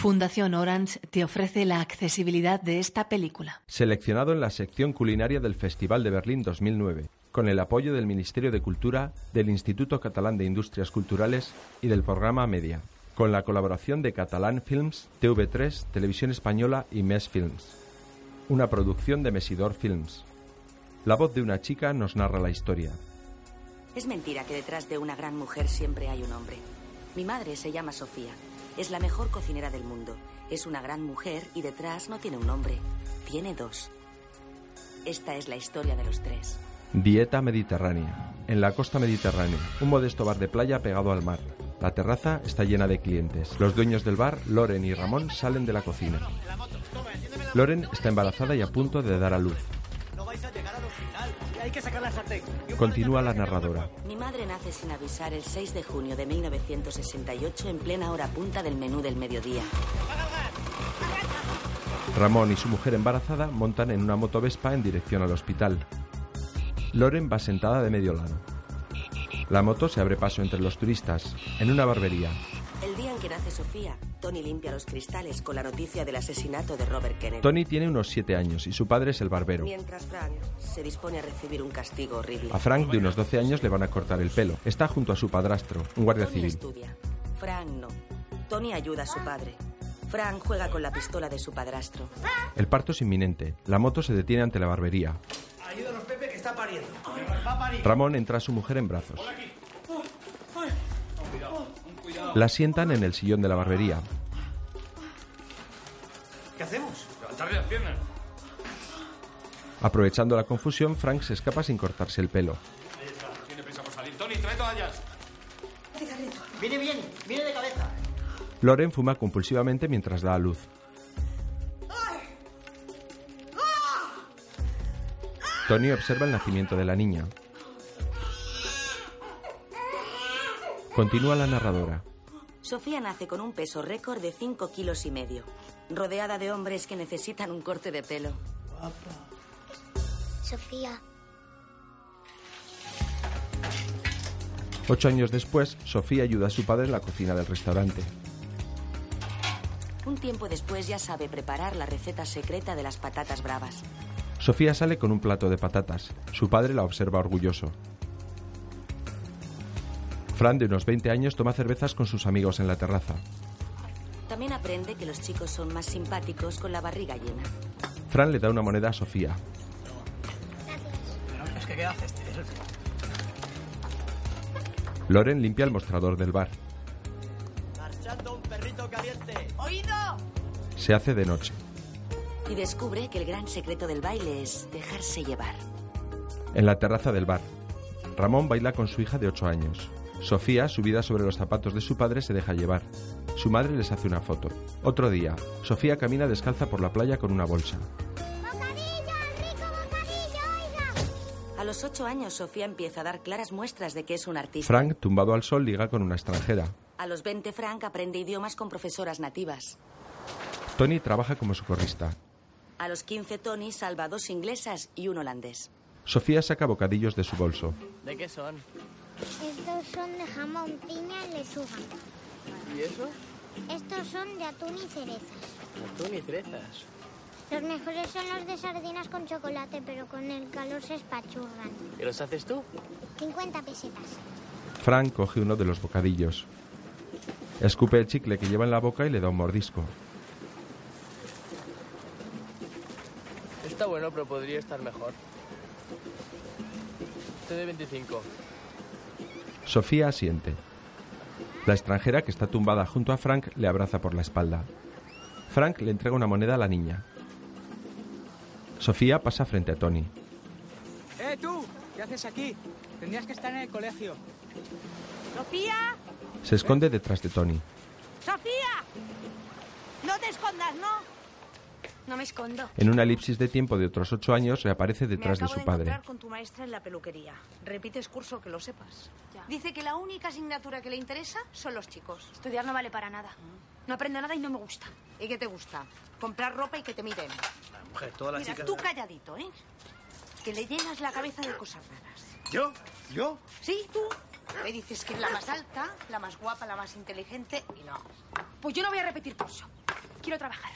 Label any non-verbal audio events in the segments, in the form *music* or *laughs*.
Fundación Orange te ofrece la accesibilidad de esta película. Seleccionado en la sección culinaria del Festival de Berlín 2009, con el apoyo del Ministerio de Cultura, del Instituto Catalán de Industrias Culturales y del programa Media, con la colaboración de Catalán Films, TV3, Televisión Española y MES Films. Una producción de Mesidor Films. La voz de una chica nos narra la historia. Es mentira que detrás de una gran mujer siempre hay un hombre. Mi madre se llama Sofía. Es la mejor cocinera del mundo. Es una gran mujer y detrás no tiene un hombre. Tiene dos. Esta es la historia de los tres. Dieta mediterránea. En la costa mediterránea, un modesto bar de playa pegado al mar. La terraza está llena de clientes. Los dueños del bar, Loren y Ramón, salen de la cocina. Loren está embarazada y a punto de dar a luz. Hay que sacar la sartén. Continúa la narradora. Mi madre nace sin avisar el 6 de junio de 1968 en plena hora punta del menú del mediodía. Ramón y su mujer embarazada montan en una moto Vespa en dirección al hospital. Loren va sentada de medio lado. La moto se abre paso entre los turistas, en una barbería. El día en que nace Sofía, Tony limpia los cristales con la noticia del asesinato de Robert Kennedy. Tony tiene unos 7 años y su padre es el barbero. Mientras Frank se dispone a recibir un castigo horrible. A Frank, de unos 12 años, le van a cortar el pelo. Está junto a su padrastro, un guardia Tony civil. estudia. Frank no. Tony ayuda a su padre. Frank juega con la pistola de su padrastro. El parto es inminente. La moto se detiene ante la barbería. Ayúdanos, Pepe, que está pariendo. Va a parir. Ramón entra a su mujer en brazos. La sientan en el sillón de la barbería. ¿Qué hacemos? Levantarle las piernas. Aprovechando la confusión, Frank se escapa sin cortarse el pelo. Ahí está. Tiene prisa por salir. Tony, trae toallas. Viene bien, viene de cabeza. Loren fuma compulsivamente mientras da a luz. Tony observa el nacimiento de la niña. Continúa la narradora. Sofía nace con un peso récord de 5 kilos y medio, rodeada de hombres que necesitan un corte de pelo. Sofía, Ocho años después, Sofía ayuda a su padre en la cocina del restaurante. Un tiempo después ya sabe preparar la receta secreta de las patatas bravas. Sofía sale con un plato de patatas. Su padre la observa orgulloso. Fran, de unos 20 años, toma cervezas con sus amigos en la terraza. También aprende que los chicos son más simpáticos con la barriga llena. Fran le da una moneda a Sofía. Es que qué haces, tío. Loren limpia el mostrador del bar. Marchando un perrito caliente. Se hace de noche. Y descubre que el gran secreto del baile es dejarse llevar. En la terraza del bar, Ramón baila con su hija de 8 años. Sofía, subida sobre los zapatos de su padre, se deja llevar. Su madre les hace una foto. Otro día, Sofía camina descalza por la playa con una bolsa. A los ocho años, Sofía empieza a dar claras muestras de que es un artista. Frank, tumbado al sol, liga con una extranjera. A los 20, Frank aprende idiomas con profesoras nativas. Tony trabaja como socorrista. A los 15, Tony salva a dos inglesas y un holandés. Sofía saca bocadillos de su bolso. ¿De qué son? estos son de jamón, piña y lechuga. ¿Y eso? Estos son de atún y cerezas. Atún y cerezas. Los mejores son los de sardinas con chocolate, pero con el calor se espachurran. ¿Y los haces tú? 50 pesetas. Frank coge uno de los bocadillos. Escupe el chicle que lleva en la boca y le da un mordisco. Está bueno, pero podría estar mejor. Este de 25. Sofía asiente. La extranjera, que está tumbada junto a Frank, le abraza por la espalda. Frank le entrega una moneda a la niña. Sofía pasa frente a Tony. ¡Eh, tú! ¿Qué haces aquí? Tendrías que estar en el colegio. Sofía, Se esconde detrás de Tony. Sofía, no te escondas, ¿no? No me escondo. En una elipsis de tiempo de otros ocho años, reaparece detrás Me de acabo su de padre. encontrar con tu maestra en la peluquería. Repites curso que lo sepas. Dice que la única asignatura que le interesa son los chicos. Estudiar no vale para nada. No aprendo nada y no me gusta. ¿Y qué te gusta? Comprar ropa y que te miren. La mujer, todas las Mira, chicas. tú calladito, ¿eh? Que le llenas la cabeza de cosas raras. ¿Yo? ¿Yo? Sí, tú. Me dices que es la más alta, la más guapa, la más inteligente y no. Pues yo no voy a repetir curso. Quiero trabajar.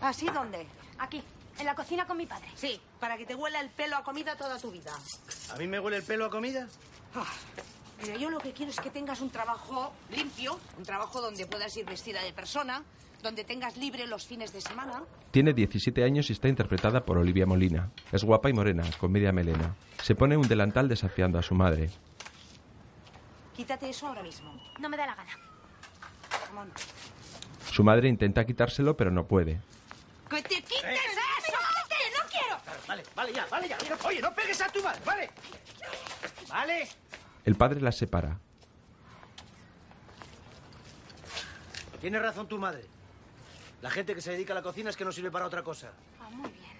¿Así dónde? Aquí, en la cocina con mi padre. Sí, para que te huela el pelo a comida toda tu vida. ¿A mí me huele el pelo a comida? Ah, Mira, yo lo que quiero es que tengas un trabajo limpio, un trabajo donde puedas ir vestida de persona, donde tengas libre los fines de semana. Tiene 17 años y está interpretada por Olivia Molina. Es guapa y morena, con media melena. Se pone un delantal desafiando a su madre. Quítate eso ahora mismo. No me da la gana. Come on. Su madre intenta quitárselo, pero no puede. ¡Que te quites Eh. eso! ¡No quiero! Vale, vale, ya, vale, ya. Mira, Oye, no pegues a tu madre, vale. Vale. El padre la separa. Tiene razón tu madre. La gente que se dedica a la cocina es que no sirve para otra cosa. Ah, muy bien.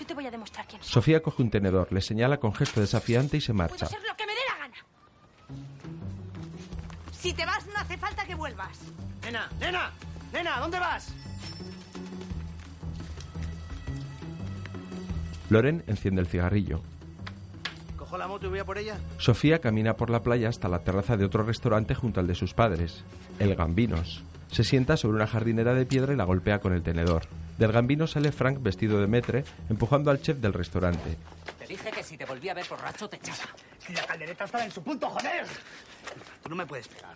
Yo te voy a demostrar quién soy. Sofía coge un tenedor, le señala con gesto desafiante y se marcha. Puedo ser lo que me dé la gana. Si te vas, no hace falta que vuelvas. Nena, nena, nena, ¿dónde vas? Loren enciende el cigarrillo. Cojo la moto y voy a por ella. Sofía camina por la playa hasta la terraza de otro restaurante junto al de sus padres, el Gambinos. Se sienta sobre una jardinera de piedra y la golpea con el tenedor. Del Gambino sale Frank vestido de metre, empujando al chef del restaurante. Te dije que si te volví a ver borracho te echaba. Si la caldereta estaba en su punto, joder. Tú no me puedes pegar,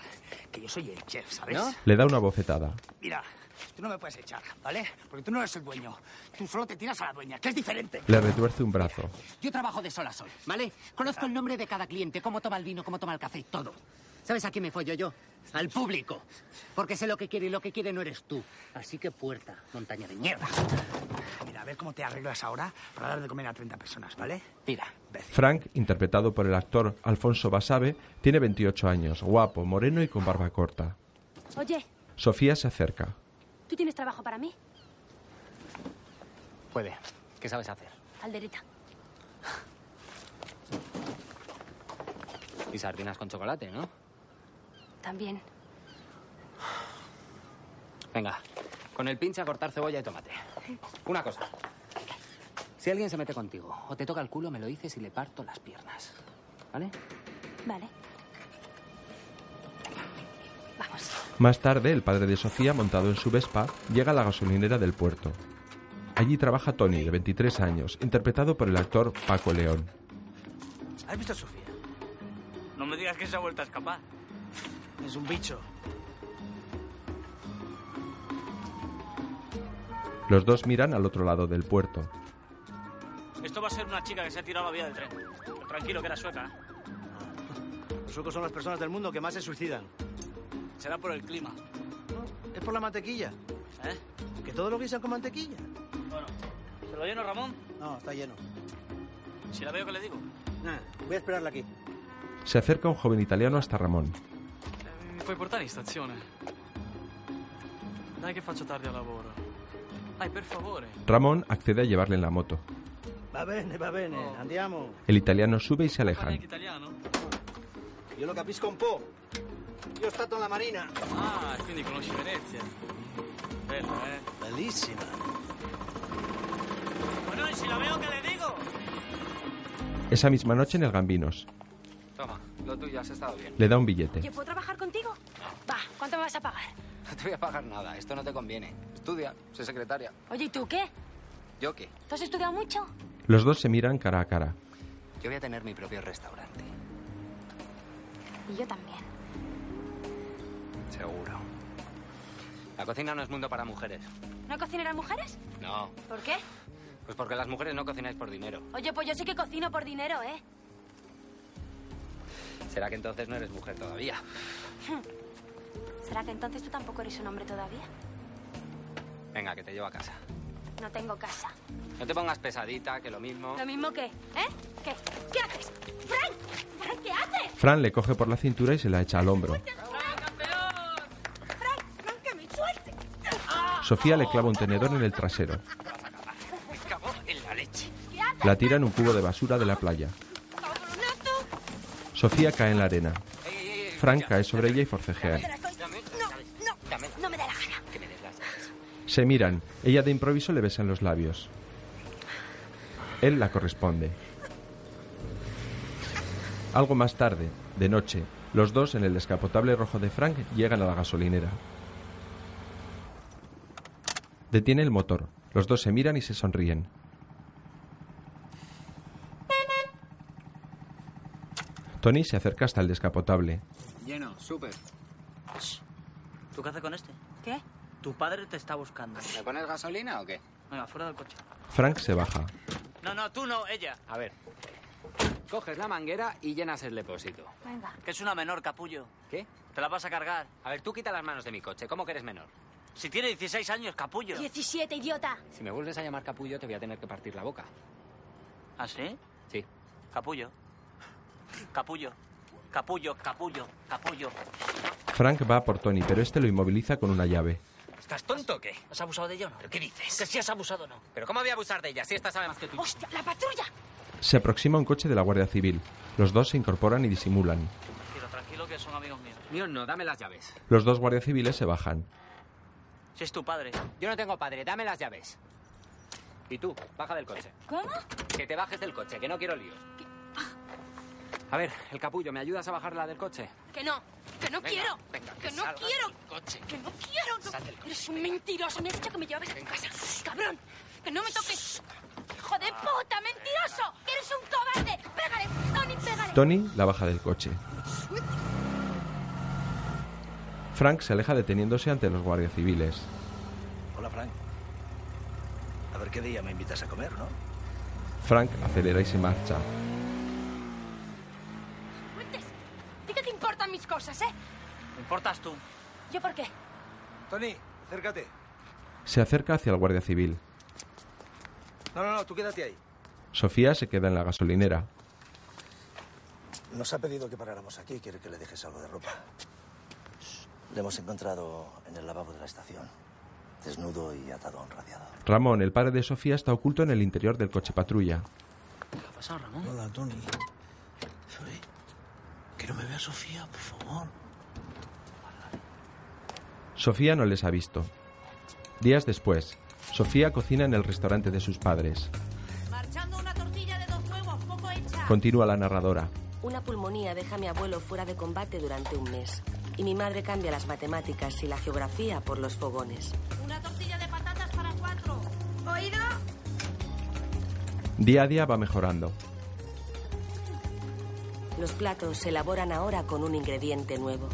que yo soy el chef, ¿sabes? Le da una bofetada. Mira, tú no me puedes echar, ¿vale? Porque tú no eres el dueño. Tú solo te tiras a la dueña, que es diferente. Le retuerce un brazo. Yo trabajo de sol a sol, ¿vale? Conozco el nombre de cada cliente, cómo toma el vino, cómo toma el café, todo. ¿Sabes a quién me follo yo? Al público. Porque sé lo que quiere y lo que quiere no eres tú. Así que puerta, montaña de mierda. Mira, a ver cómo te arreglas ahora para dar de comer a 30 personas, ¿vale? Tira. Frank, interpretado por el actor Alfonso Basabe, tiene 28 años, guapo, moreno y con barba corta. Oye, Sofía se acerca. ¿tú tienes trabajo para mí? Puede. ¿Qué sabes hacer? Alderita. Y sardinas con chocolate, ¿no? También. Venga, con el pinche a cortar cebolla y tomate. Una cosa. Si alguien se mete contigo o te toca el culo, me lo dices y le parto las piernas. ¿Vale? Vale. Vamos. Más tarde, el padre de Sofía, montado en su Vespa, llega a la gasolinera del puerto. Allí trabaja Tony, de 23 años, interpretado por el actor Paco León. ¿Has visto a Sofía? No me digas que se ha vuelto a escapar. Es un bicho. Los dos miran al otro lado del puerto. Esto va a ser una chica que se ha tirado a la vía del tren. Pero tranquilo, que era sueca. ¿eh? Los suecos son las personas del mundo que más se suicidan. Será por el clima. Es por la mantequilla. ¿Eh? Que todo lo guisan con mantequilla. Bueno, ¿se lo lleno, Ramón? No, está lleno. Si la veo, ¿qué le digo? Nada, voy a esperarla aquí. Se acerca un joven italiano hasta Ramón. Mi Eh, puoi portare in stazione? Dai che faccio tardi al lavoro. Dai, per favore. Ramón accede a llevarle en la moto. Va bene, va bene, andiamo. El italiano sube y se Parli alejan. anche italiano? Yo lo capisco un po'. Yo he stato en la marina. Ah, quindi conosci Venezia. Bella, eh? Bellísima. Bueno, y si la veo, ¿qué le digo? Esa misma noche en el Gambinos. Toma, lo tuyo, has estado bien. *laughs* Le da un billete. Oye, ¿puedo trabajar contigo? Va, ¿cuánto me vas a pagar? No te voy a pagar nada, esto no te conviene. Estudia, sé secretaria. Oye, ¿y tú qué? ¿Yo qué? ¿Tú has estudiado mucho? Los dos se miran cara a cara. Yo voy a tener mi propio restaurante. Y yo también. Seguro. La cocina no es mundo para mujeres. ¿No cocinan mujeres? No, ¿Por qué? pues porque las mujeres no cocináis por dinero. Oye, pues yo sí que cocino por dinero, ¿eh? ¿Será que entonces no eres mujer todavía? *laughs* ¿Será que entonces tú tampoco eres un hombre todavía? Venga, que te llevo a casa. No tengo casa. No te pongas pesadita, que lo mismo. ¿Lo mismo que? ¿Eh? ¿Qué? ¿Qué haces? ¡Frank! ¡Frank, qué haces! Fran le coge por la cintura y se la echa al hombro. ¡Frank, que me suelte! Sofía le clava un tenedor en el trasero. en la leche. La tira en un cubo de basura de la playa. Sofía cae en la arena. Frank cae sobre ella y forcejea. No, no me da la gana. Que me des las Se miran. Ella de improviso le besa en los labios. Él la corresponde. Algo más tarde, de noche, los dos en el descapotable rojo de Frank llegan a la gasolinera. Detiene el motor. Los dos se miran y se sonríen. Tony se acerca hasta el descapotable. Lleno, súper. ¿Tú qué haces con este? ¿Qué? Tu padre te está buscando. ¿Le pones gasolina o qué? Venga, fuera del coche. Frank se baja. No, no, tú no, ella. A ver. Coges la manguera y llenas el depósito. Venga. Que es una menor, capullo. ¿Qué? Te la vas a cargar. A ver, tú quita las manos de mi coche. ¿Cómo que eres menor? Si tiene 16 años, capullo. 17, idiota. Si me vuelves a llamar capullo, te voy a tener que partir la boca. ¿Ah, sí? Sí. Capullo. Capullo. Capullo, capullo, capullo. Frank va por Tony, pero este lo inmoviliza con una llave. ¿Estás tonto o qué? ¿Has abusado de ella o no? ¿Pero qué dices? Que si has abusado o no. ¿Pero cómo voy a abusar de ella si esta sabe más que tú? ¡Hostia, la patrulla! Se aproxima un coche de la Guardia Civil. Los dos se incorporan y disimulan. Tranquilo, tranquilo, que son amigos míos. Mío no, dame las llaves. Los dos guardias civiles se bajan. Si es tu padre. Yo no tengo padre, dame las llaves. Y tú, baja del coche. ¿Cómo? Que te bajes del coche, que no quiero líos. A ver, el capullo, ¿me ayudas a bajarla del coche? Que no, que no Venga, quiero. venga, que, que no salga quiero. del coche. Que no quiero. no- Sal del coche, Eres un mentiroso. Me has dicho que me llevabas a tu casa. Cabrón. Que no me toques. Hijo de puta, mentiroso. Eres un cobarde. Pégale, Tony, pégale. Tony la baja del coche. Frank se aleja deteniéndose ante los guardias civiles. Hola, Frank. A ver qué día me invitas a comer, ¿no? Frank acelera y se marcha. Fuentes, ¿a qué te importan mis cosas, eh? Me importas tú. ¿Yo por qué? Tony, acércate. Se acerca hacia el guardia civil. No, no, no, tú quédate ahí. Sofía se queda en la gasolinera. Nos ha pedido que paráramos aquí. Quiere que le dejes algo de ropa. Le hemos encontrado en el lavabo de la estación. Desnudo y atado a un radiador. Ramón, el padre de Sofía, está oculto en el interior del coche patrulla. ¿Qué ha pasado, Ramón? Hola, Tony. Oye, que no me vea Sofía, por favor. Sofía no les ha visto. Días después, Sofía cocina en el restaurante de sus padres. Marchando una tortilla de dos huevos, poco hecha. Continúa la narradora. Una pulmonía deja a mi abuelo fuera de combate durante un mes. Y mi madre cambia las matemáticas y la geografía por los fogones. Una tortilla de patatas para cuatro. ¿Oído? Día a día va mejorando. Los platos se elaboran ahora con un ingrediente nuevo.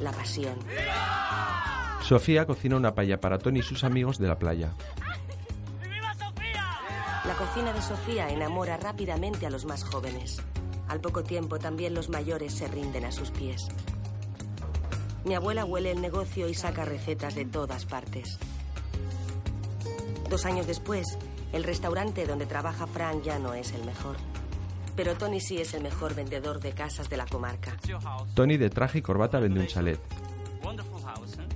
La pasión. Sofía cocina una paella para Tony y sus amigos de la playa. La cocina de Sofía enamora rápidamente a los más jóvenes. Al poco tiempo también los mayores se rinden a sus pies. Mi abuela huele el negocio y saca recetas de todas partes. Dos años después, el restaurante donde trabaja Frank ya no es el mejor. Pero Tony sí es el mejor vendedor de casas de la comarca. Tony de traje y corbata vende un chalet. Wonderful house, ¿eh?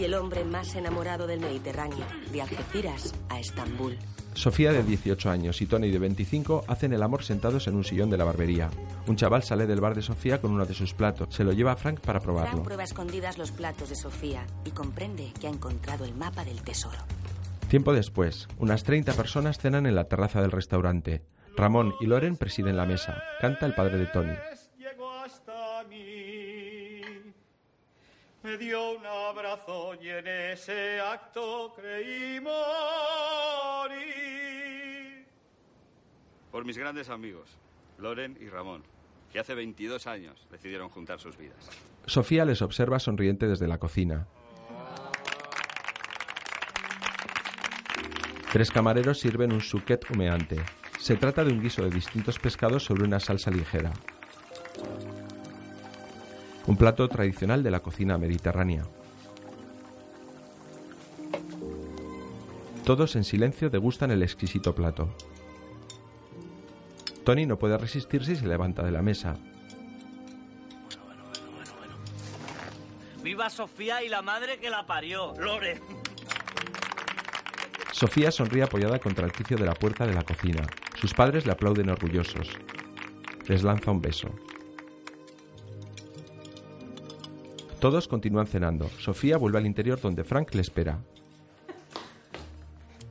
Y el hombre más enamorado del Mediterráneo, de Algeciras a Estambul. Sofía de 18 años y Tony de 25 hacen el amor sentados en un sillón de la barbería. Un chaval sale del bar de Sofía con uno de sus platos. Se lo lleva a Frank para Frank probarlo. prueba a escondidas los platos de Sofía y comprende que ha encontrado el mapa del tesoro. Tiempo después, unas 30 personas cenan en la terraza del restaurante. Ramón y Loren presiden la mesa. Canta el padre de Tony. Llegó hasta mí. Me dio un abrazo y en ese acto creí morir. Por mis grandes amigos, Loren y Ramón, que hace 22 años decidieron juntar sus vidas. Sofía les observa sonriente desde la cocina. Tres camareros sirven un suquet humeante. Se trata de un guiso de distintos pescados sobre una salsa ligera. Un plato tradicional de la cocina mediterránea. Todos en silencio degustan el exquisito plato. Tony no puede resistirse y se levanta de la mesa. Viva Sofía y la madre que la parió. Lore. Sofía sonríe apoyada contra el quicio de la puerta de la cocina. Sus padres le aplauden orgullosos. Les lanza un beso. Todos continúan cenando. Sofía vuelve al interior donde Frank le espera.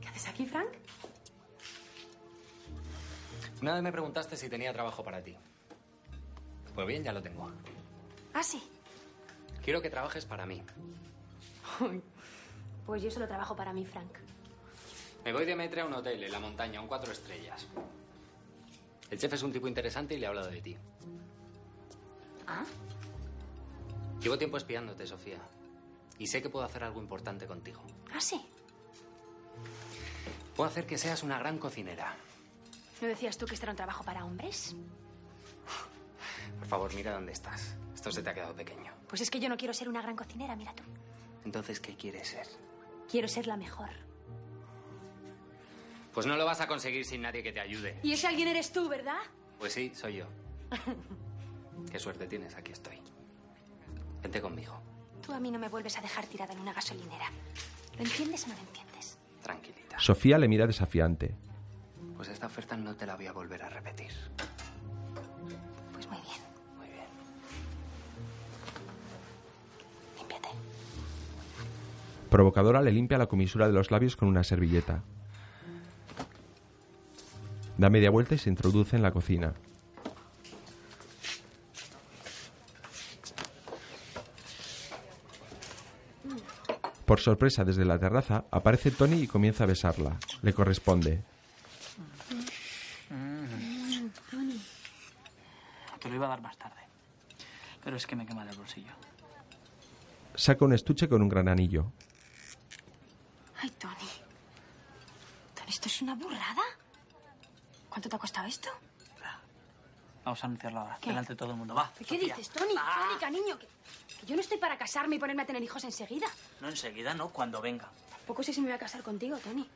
¿Qué haces aquí, Frank? Una vez me preguntaste si tenía trabajo para ti. Pues bien, ya lo tengo. Ah, sí. Quiero que trabajes para mí. Uy, Pues yo solo trabajo para mí, Frank. Me voy de metre a un hotel en la montaña, un cuatro estrellas. El chef es un tipo interesante y le ha hablado de ti. ¿Ah? Llevo tiempo espiándote, Sofía. Y sé que puedo hacer algo importante contigo. Ah, sí. Puedo hacer que seas una gran cocinera. ¿No decías tú que este era un trabajo para hombres? Por favor, mira dónde estás. Esto se te ha quedado pequeño. Pues es que yo no quiero ser una gran cocinera, mira tú. Entonces, ¿qué quieres ser? Quiero ser la mejor. Pues no lo vas a conseguir sin nadie que te ayude. Y ese alguien eres tú, ¿verdad? Pues sí, soy yo. Qué suerte tienes, aquí estoy. Vente conmigo. Tú a mí no me vuelves a dejar tirada en una gasolinera. ¿Lo entiendes o no lo entiendes? Tranquilita. Sofía le mira desafiante. Pues esta oferta no te la voy a volver a repetir. Pues muy bien. Muy bien. Límpiate. Provocadora le limpia la comisura de los labios con una servilleta. Da media vuelta y se introduce en la cocina. Por sorpresa, desde la terraza aparece Tony y comienza a besarla. Le corresponde. Te lo iba a dar más tarde. Pero es que me quema el bolsillo. Saca un estuche con un gran anillo. Ay, Tony. Tony, ¿esto es una burrada? ¿Cuánto te ha costado esto? Vamos a anunciarlo ahora, delante de todo el mundo. Va. ¿Qué dices, Tony? Ah. Tony, cariño, que, que yo no estoy para casarme y ponerme a tener hijos enseguida. No enseguida, no, cuando venga. Poco sé si me voy a casar contigo, Tony.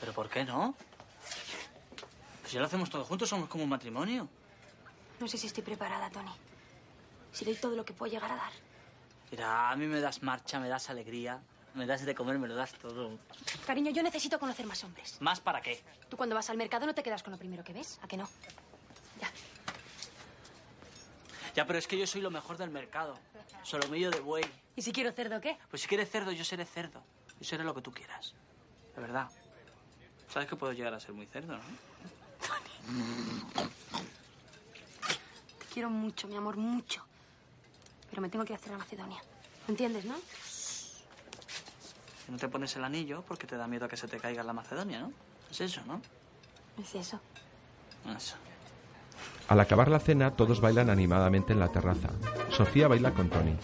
¿Pero por qué no? Pues si lo hacemos todos juntos, somos como un matrimonio. No sé si estoy preparada, Tony. Si doy todo lo que puedo llegar a dar. Mira, a mí me das marcha, me das alegría, me das de comer, me lo das todo. Cariño, yo necesito conocer más hombres. ¿Más para qué? Tú cuando vas al mercado no te quedas con lo primero que ves, ¿a que no? Ya, pero es que yo soy lo mejor del mercado. Solomillo de buey. ¿Y si quiero cerdo qué? Pues si quieres cerdo, yo seré cerdo. Yo seré lo que tú quieras. De verdad. Sabes que puedo llegar a ser muy cerdo, ¿no? *laughs* Te quiero mucho, mi amor, mucho. Pero me tengo que ir a hacer a Macedonia. ¿Lo entiendes, no? Que no te pones el anillo porque te da miedo que se te caiga en la Macedonia, ¿no? Es eso, ¿no? Es eso. Eso. Al acabar la cena, todos bailan animadamente en la terraza. Sofía baila con Tony.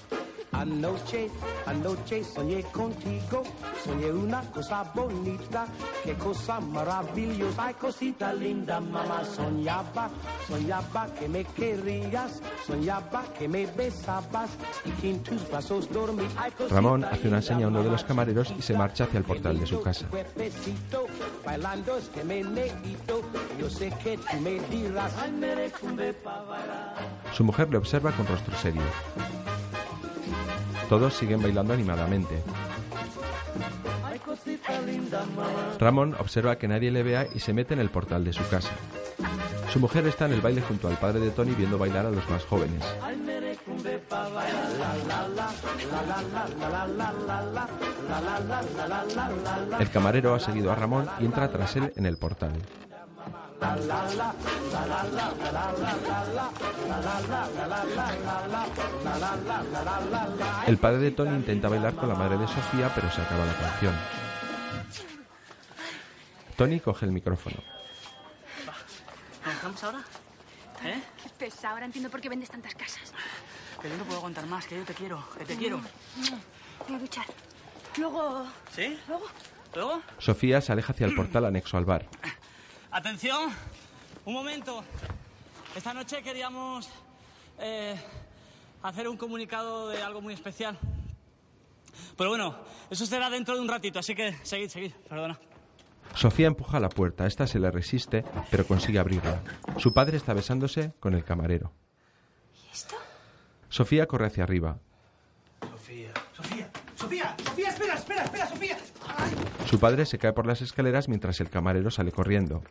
Anoche, anoche soñé contigo, soñé una cosa bonita, qué cosa maravillosa, ay cosita linda, mamá, soñaba, soñaba que me querías, soñaba que me besabas y que en tus brazos dormí, ay cosita Ramón hace una seña a uno de los mamá, camareros y se marcha hacia el portal de su casa. Cuerpecito, bailando este meneíto, yo sé que tú me dirás, ay me recumbe pa' bailar. Su mujer le observa con rostro serio. Todos siguen bailando animadamente. Ay, cosita linda, mamá. Ramón observa que nadie le vea y se mete en el portal de su casa. Su mujer está en el baile junto al padre de Tony viendo bailar a los más jóvenes. Ay, me recumbe pa' bailar. La, la, la, la, la, la, la, la, la, la, la, la, la, la, la, la, la, la. El camarero ha seguido a Ramón y entra tras él en el portal. El padre de Tony intenta bailar con la madre de Sofía, pero se acaba la canción. Tony coge el micrófono. ¿Nos dejamos ahora? ¿Eh? Qué pesado, ahora entiendo por qué vendes tantas casas. Mm, Que yo no puedo aguantar más, que yo te quiero, que te quiero. Voy a duchar. Luego... ¿Sí? Luego... ¿Luego? Sofía se aleja hacia el portal anexo al bar. Atención, un momento. Esta noche queríamos eh, hacer un comunicado de algo muy especial. Pero bueno, eso será dentro de un ratito, así que seguid, seguid, perdona. Sofía empuja la puerta, esta se le resiste, pero consigue abrirla. Su padre está besándose con el camarero. ¿Y esto? Sofía corre hacia arriba. Sofía, Sofía, Sofía, Sofía, espera, espera, espera, Sofía. Su padre se cae por las escaleras mientras el camarero sale corriendo.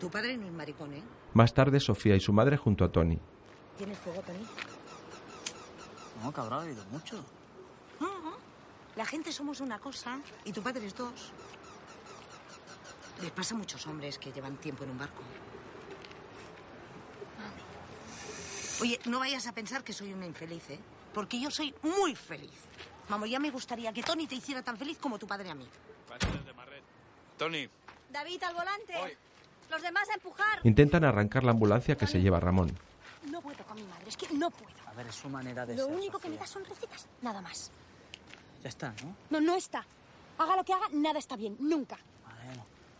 Tu padre no es maricón, ¿eh? Más tarde, Sofía y su madre junto a Tony. ¿Tienes fuego, Tony? No, que habrá oído mucho. No, la gente somos una cosa y tu padre es dos. Les pasa a muchos hombres que llevan tiempo en un barco. Oye, no vayas a pensar que soy una infeliz, ¿eh? Porque yo soy muy feliz. Mamá, ya me gustaría que Tony te hiciera tan feliz como tu padre a mí. Tony. David, al volante. Los demás a empujar. Intentan arrancar la ambulancia que se lleva Ramón. No puedo con mi madre, es que no puedo. A ver, es su manera de Lo ser. único que me da son recetas, nada más. Ya está, ¿no? No, no está. Haga lo que haga, nada está bien, nunca.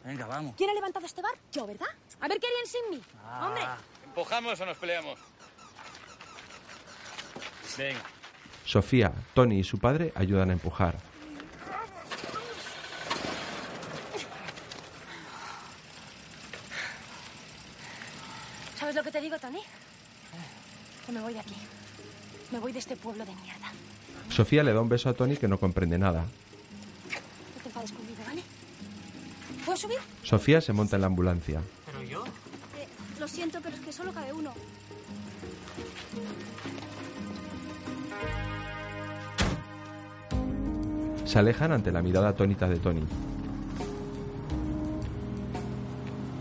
Venga, vamos. ¿Quién ha levantado este bar? Yo, ¿verdad? A ver qué harían sin mí. Hombre, ¿Empujamos o nos peleamos? Venga. Sofía, Tony y su padre ayudan a empujar. ¿sabes lo que te digo, Tony? Que me voy de aquí. Me voy de este pueblo de mierda. Sofía le da un beso a Tony que no comprende nada. No te enfades conmigo, ¿vale? ¿Puedo subir? Eh, Sofía se monta en la ambulancia. ¿Pero yo? lo siento, pero es que solo cabe uno. Se alejan ante la mirada atónita de Tony.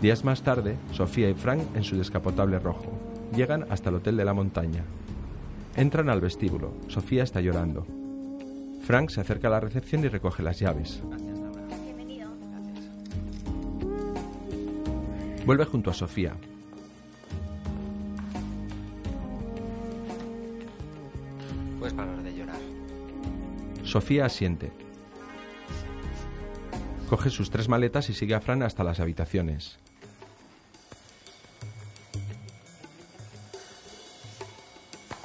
Días más tarde, Sofía y Frank en su descapotable rojo. Llegan hasta el hotel de la montaña. Entran al vestíbulo. Sofía está llorando. Frank se acerca a la recepción y recoge las llaves. Vuelve junto a Sofía. Puedes parar de llorar. Sofía asiente. Coge sus tres maletas y sigue a Fran hasta las habitaciones.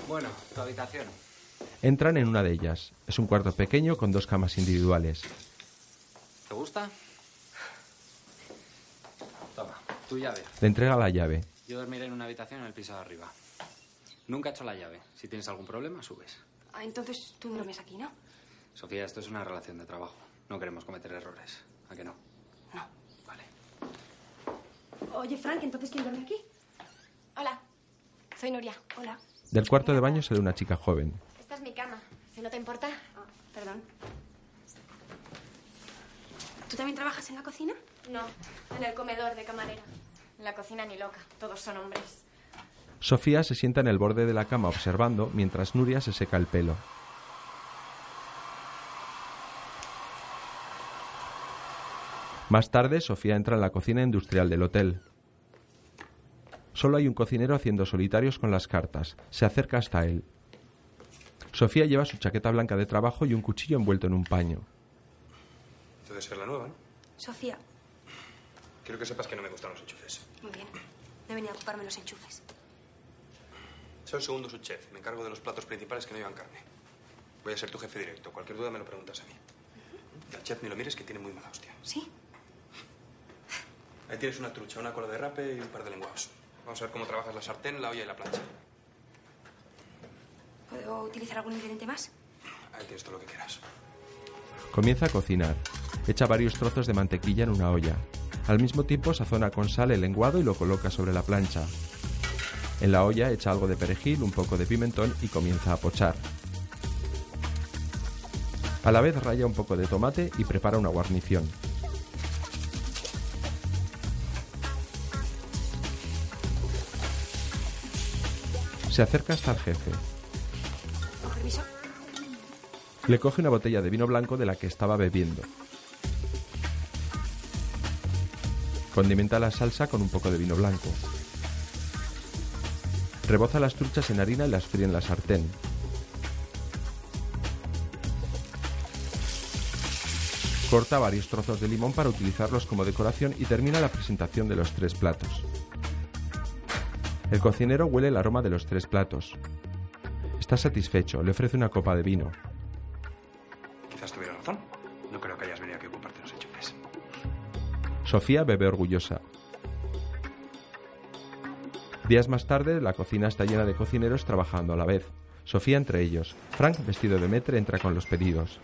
Bueno, tu habitación. Entran en una de ellas. Es un cuarto pequeño con dos camas individuales. ¿Te gusta? Toma, tu llave. Le entrega la llave. Yo dormiré en una habitación en el piso de arriba. Nunca he hecho la llave. Si tienes algún problema, subes. Ah, entonces tú duermes aquí, ¿no? Sofía, esto es una relación de trabajo. No queremos cometer errores. ¿A que no? Oye, Frank, ¿entonces quién duerme aquí? Hola, soy Nuria. Hola. Del cuarto de baño sale una chica joven. Esta es mi cama. Si no te importa. Ah, perdón. ¿Tú también trabajas en la cocina? No, en el comedor de camarera. En la cocina ni loca. Todos son hombres. Sofía se sienta en el borde de la cama observando mientras Nuria se seca el pelo. Más tarde, Sofía entra en la cocina industrial del hotel. Solo hay un cocinero haciendo solitarios con las cartas. Se acerca hasta él. Sofía lleva su chaqueta blanca de trabajo y un cuchillo envuelto en un paño. Tú debes ser la nueva, ¿no? Sofía, Quiero que sepas que no me gustan los enchufes. muy bien. He venido a ocuparme los enchufes. Soy el segundo subchef. Me encargo de los platos principales que no llevan carne. Voy a ser tu jefe directo. Cualquier duda me lo preguntas a mí. Y al chef ni lo mires que tiene muy mala hostia. ¿Sí? Ahí tienes una trucha, una cola de rape y un par de lenguados. Vamos a ver cómo trabajas la sartén, la olla y la plancha. ¿Puedo utilizar algún ingrediente más? Ahí tienes todo lo que quieras. Comienza a cocinar. Echa varios trozos de mantequilla en una olla. Al mismo tiempo sazona con sal el lenguado y lo coloca sobre la plancha. En la olla echa algo de perejil, un poco de pimentón y comienza a pochar. A la vez raya un poco de tomate y prepara una guarnición. Se acerca hasta el jefe. ¿Con permiso? Le coge una botella de vino blanco de la que estaba bebiendo. Condimenta la salsa con un poco de vino blanco. Reboza las truchas en harina y las fríe en la sartén. Corta varios trozos de limón para utilizarlos como decoración y termina la presentación de los tres platos. El cocinero huele el aroma de los tres platos. Está satisfecho, le ofrece una copa de vino. Quizás tuviera razón. No creo que hayas venido aquí a ocuparte los enchufes. Sofía bebe orgullosa. Días más tarde, la cocina está llena de cocineros trabajando a la vez. Sofía entre ellos. Frank, vestido de metre, entra con los pedidos.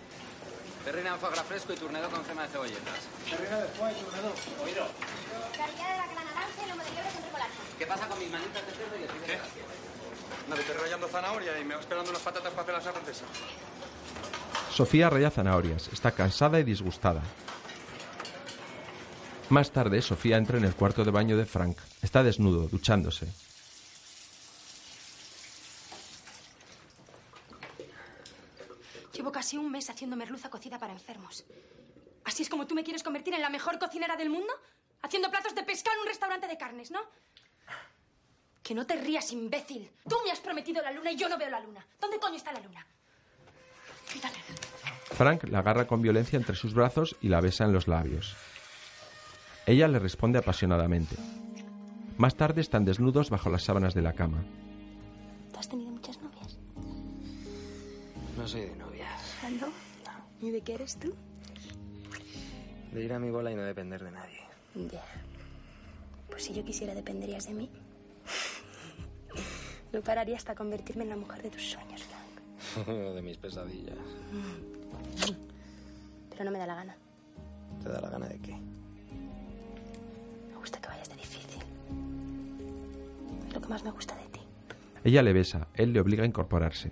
Terrina en foie gras fresco y turnedo con crema de cebolletas. Terrina de foie y turnedo. Oído. Cargada de la grana naranja y lomo de liebre con remolacha. ¿Qué pasa con mis manitas de cerdo y el pie de gracia? No, te estoy rayando zanahoria y me vas pelando unas patatas para hacer la francesa. Sofía raya zanahorias. Está cansada y disgustada. Más tarde, Sofía entra en el cuarto de baño de Frank. Está desnudo, duchándose. Yo Llevo casi un mes haciendo merluza cocida para enfermos. ¿Así es como tú me quieres convertir en la mejor cocinera del mundo? Haciendo platos de pescado en un restaurante de carnes, ¿no? Que no te rías, imbécil. Tú me has prometido la luna y yo no veo la luna. ¿Dónde coño está la luna? Quítale. Frank la agarra con violencia entre sus brazos y la besa en los labios. Ella le responde apasionadamente. Más tarde están desnudos bajo las sábanas de la cama. ¿Tú has tenido muchas novias? No soy de novias. ¿Ah, ¿No? ¿Y de qué eres tú? De ir a mi bola y no depender de nadie. *laughs* Ya. Pues si yo quisiera, dependerías de mí. No pararía hasta convertirme en la mujer de tus sueños, Frank. de mis pesadillas. Pero no me da la gana. ¿Te da la gana de qué? Me gusta que vayas de difícil. Es lo que más me gusta de ti. Ella le besa, él le obliga a incorporarse.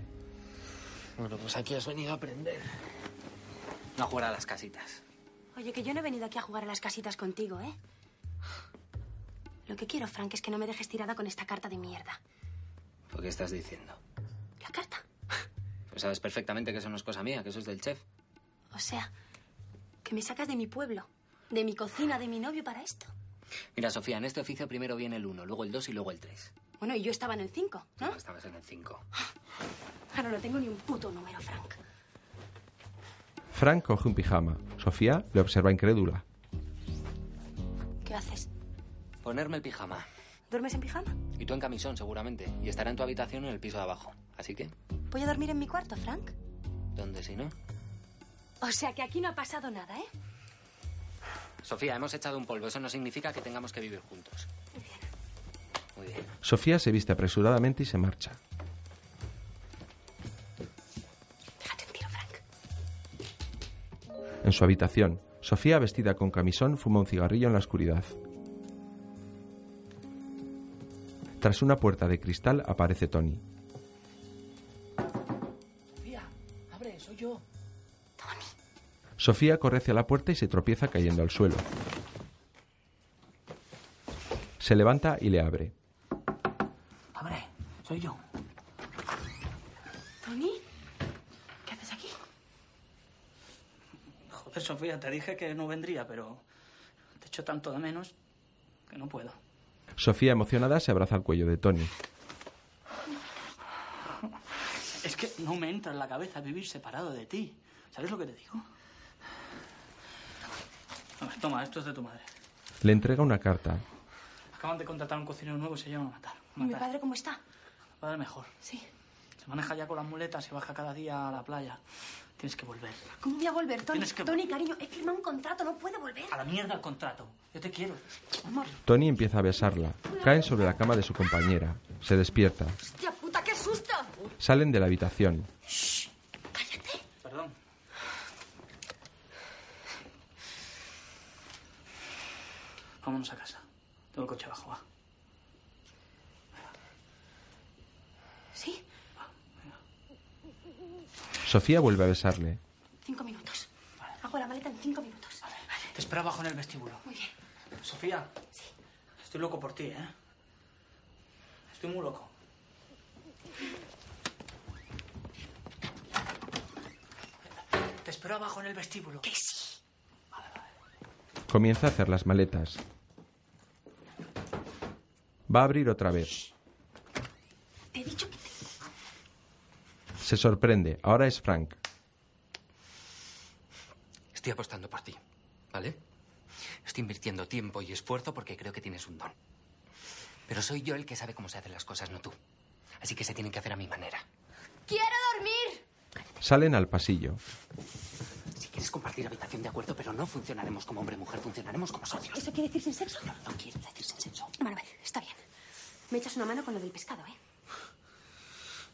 Bueno, pues aquí has venido a aprender. No a jugar a las casitas. Oye, que yo no he venido aquí a jugar a las casitas contigo, ¿eh? Lo que quiero, Frank, es que no me dejes tirada con esta carta de mierda. ¿Por qué estás diciendo? La carta. Pues sabes perfectamente que eso no es cosa mía, que eso es del chef. O sea, que me sacas de mi pueblo, de mi cocina, de mi novio para esto. Mira, Sofía, en este oficio primero viene el 1, luego el 2 y luego el 3. Bueno, y yo estaba en el 5, ¿no? Estabas en el 5. Ahora no tengo ni un puto número, Frank. Frank coge un pijama. Sofía le observa incrédula. ¿Qué haces? Ponerme el pijama. ¿Duermes en pijama? Y tú en camisón, seguramente. Y estará en tu habitación en el piso de abajo. Así que, ¿Voy a dormir en mi cuarto, Frank? ¿dónde si no? O sea que aquí no ha pasado nada, ¿eh? Sofía, hemos echado un polvo. Eso no significa que tengamos que vivir juntos. Muy bien. Sofía se viste apresuradamente y se marcha. Déjate un tiro, Frank. En su habitación, Sofía, vestida con camisón, fuma un cigarrillo en la oscuridad. Tras una puerta de cristal aparece Tony. Sofía, abre, soy yo. Sofía corre hacia la puerta y se tropieza cayendo al suelo. Se levanta y le abre. Abre, soy yo. ¿Tony? ¿Qué haces aquí? Joder, Sofía, te dije que no vendría, pero te echo tanto de menos que no puedo. Sofía, emocionada, se abraza al cuello de Tony. Es que no me entra en la cabeza vivir separado de ti. ¿Sabes lo que te digo? A ver, toma, esto es de tu madre. Le entrega una carta. Acaban de contratar a un cocinero nuevo y se llevan a matar. ¿Y mi padre cómo está? Padre mejor. Sí. Se maneja ya con las muletas y baja cada día a la playa. Tienes que volver. ¿Cómo voy a volver, Tony? Tienes que- Ah. Tony, cariño, he firmado un contrato, no puedo volver. A la mierda el contrato. Yo te quiero. Amor. Tony empieza a besarla. Caen sobre la cama de su compañera. Se despierta. ¡Hostia puta, qué susto! Salen de la habitación. Perdón. Vámonos a casa. Tengo el coche abajo, va. ¿Sí? Sofía vuelve a besarle. Cinco minutos. Hago la maleta en cinco minutos. Te espero abajo en el vestíbulo. Muy bien. Sofía. Sí. Estoy loco por ti, ¿eh? Estoy muy loco. Te espero abajo en el vestíbulo. Que sí. Comienza a hacer las maletas. Va a abrir otra vez. Te he dicho que te... Se sorprende. Ahora es Frank. Estoy apostando por ti, ¿vale? Estoy invirtiendo tiempo y esfuerzo porque creo que tienes un don. Pero soy yo el que sabe cómo se hacen las cosas, no tú. Así que se tienen que hacer a mi manera. ¡Quiero dormir! Salen al pasillo. Si quieres compartir habitación, de acuerdo, pero no funcionaremos como hombre-mujer, funcionaremos como socios. ¿Eso quiere decir sin sexo? No, no quiero decir sin sexo. Bueno, vale, está bien. Me echas una mano con lo del pescado, ¿eh?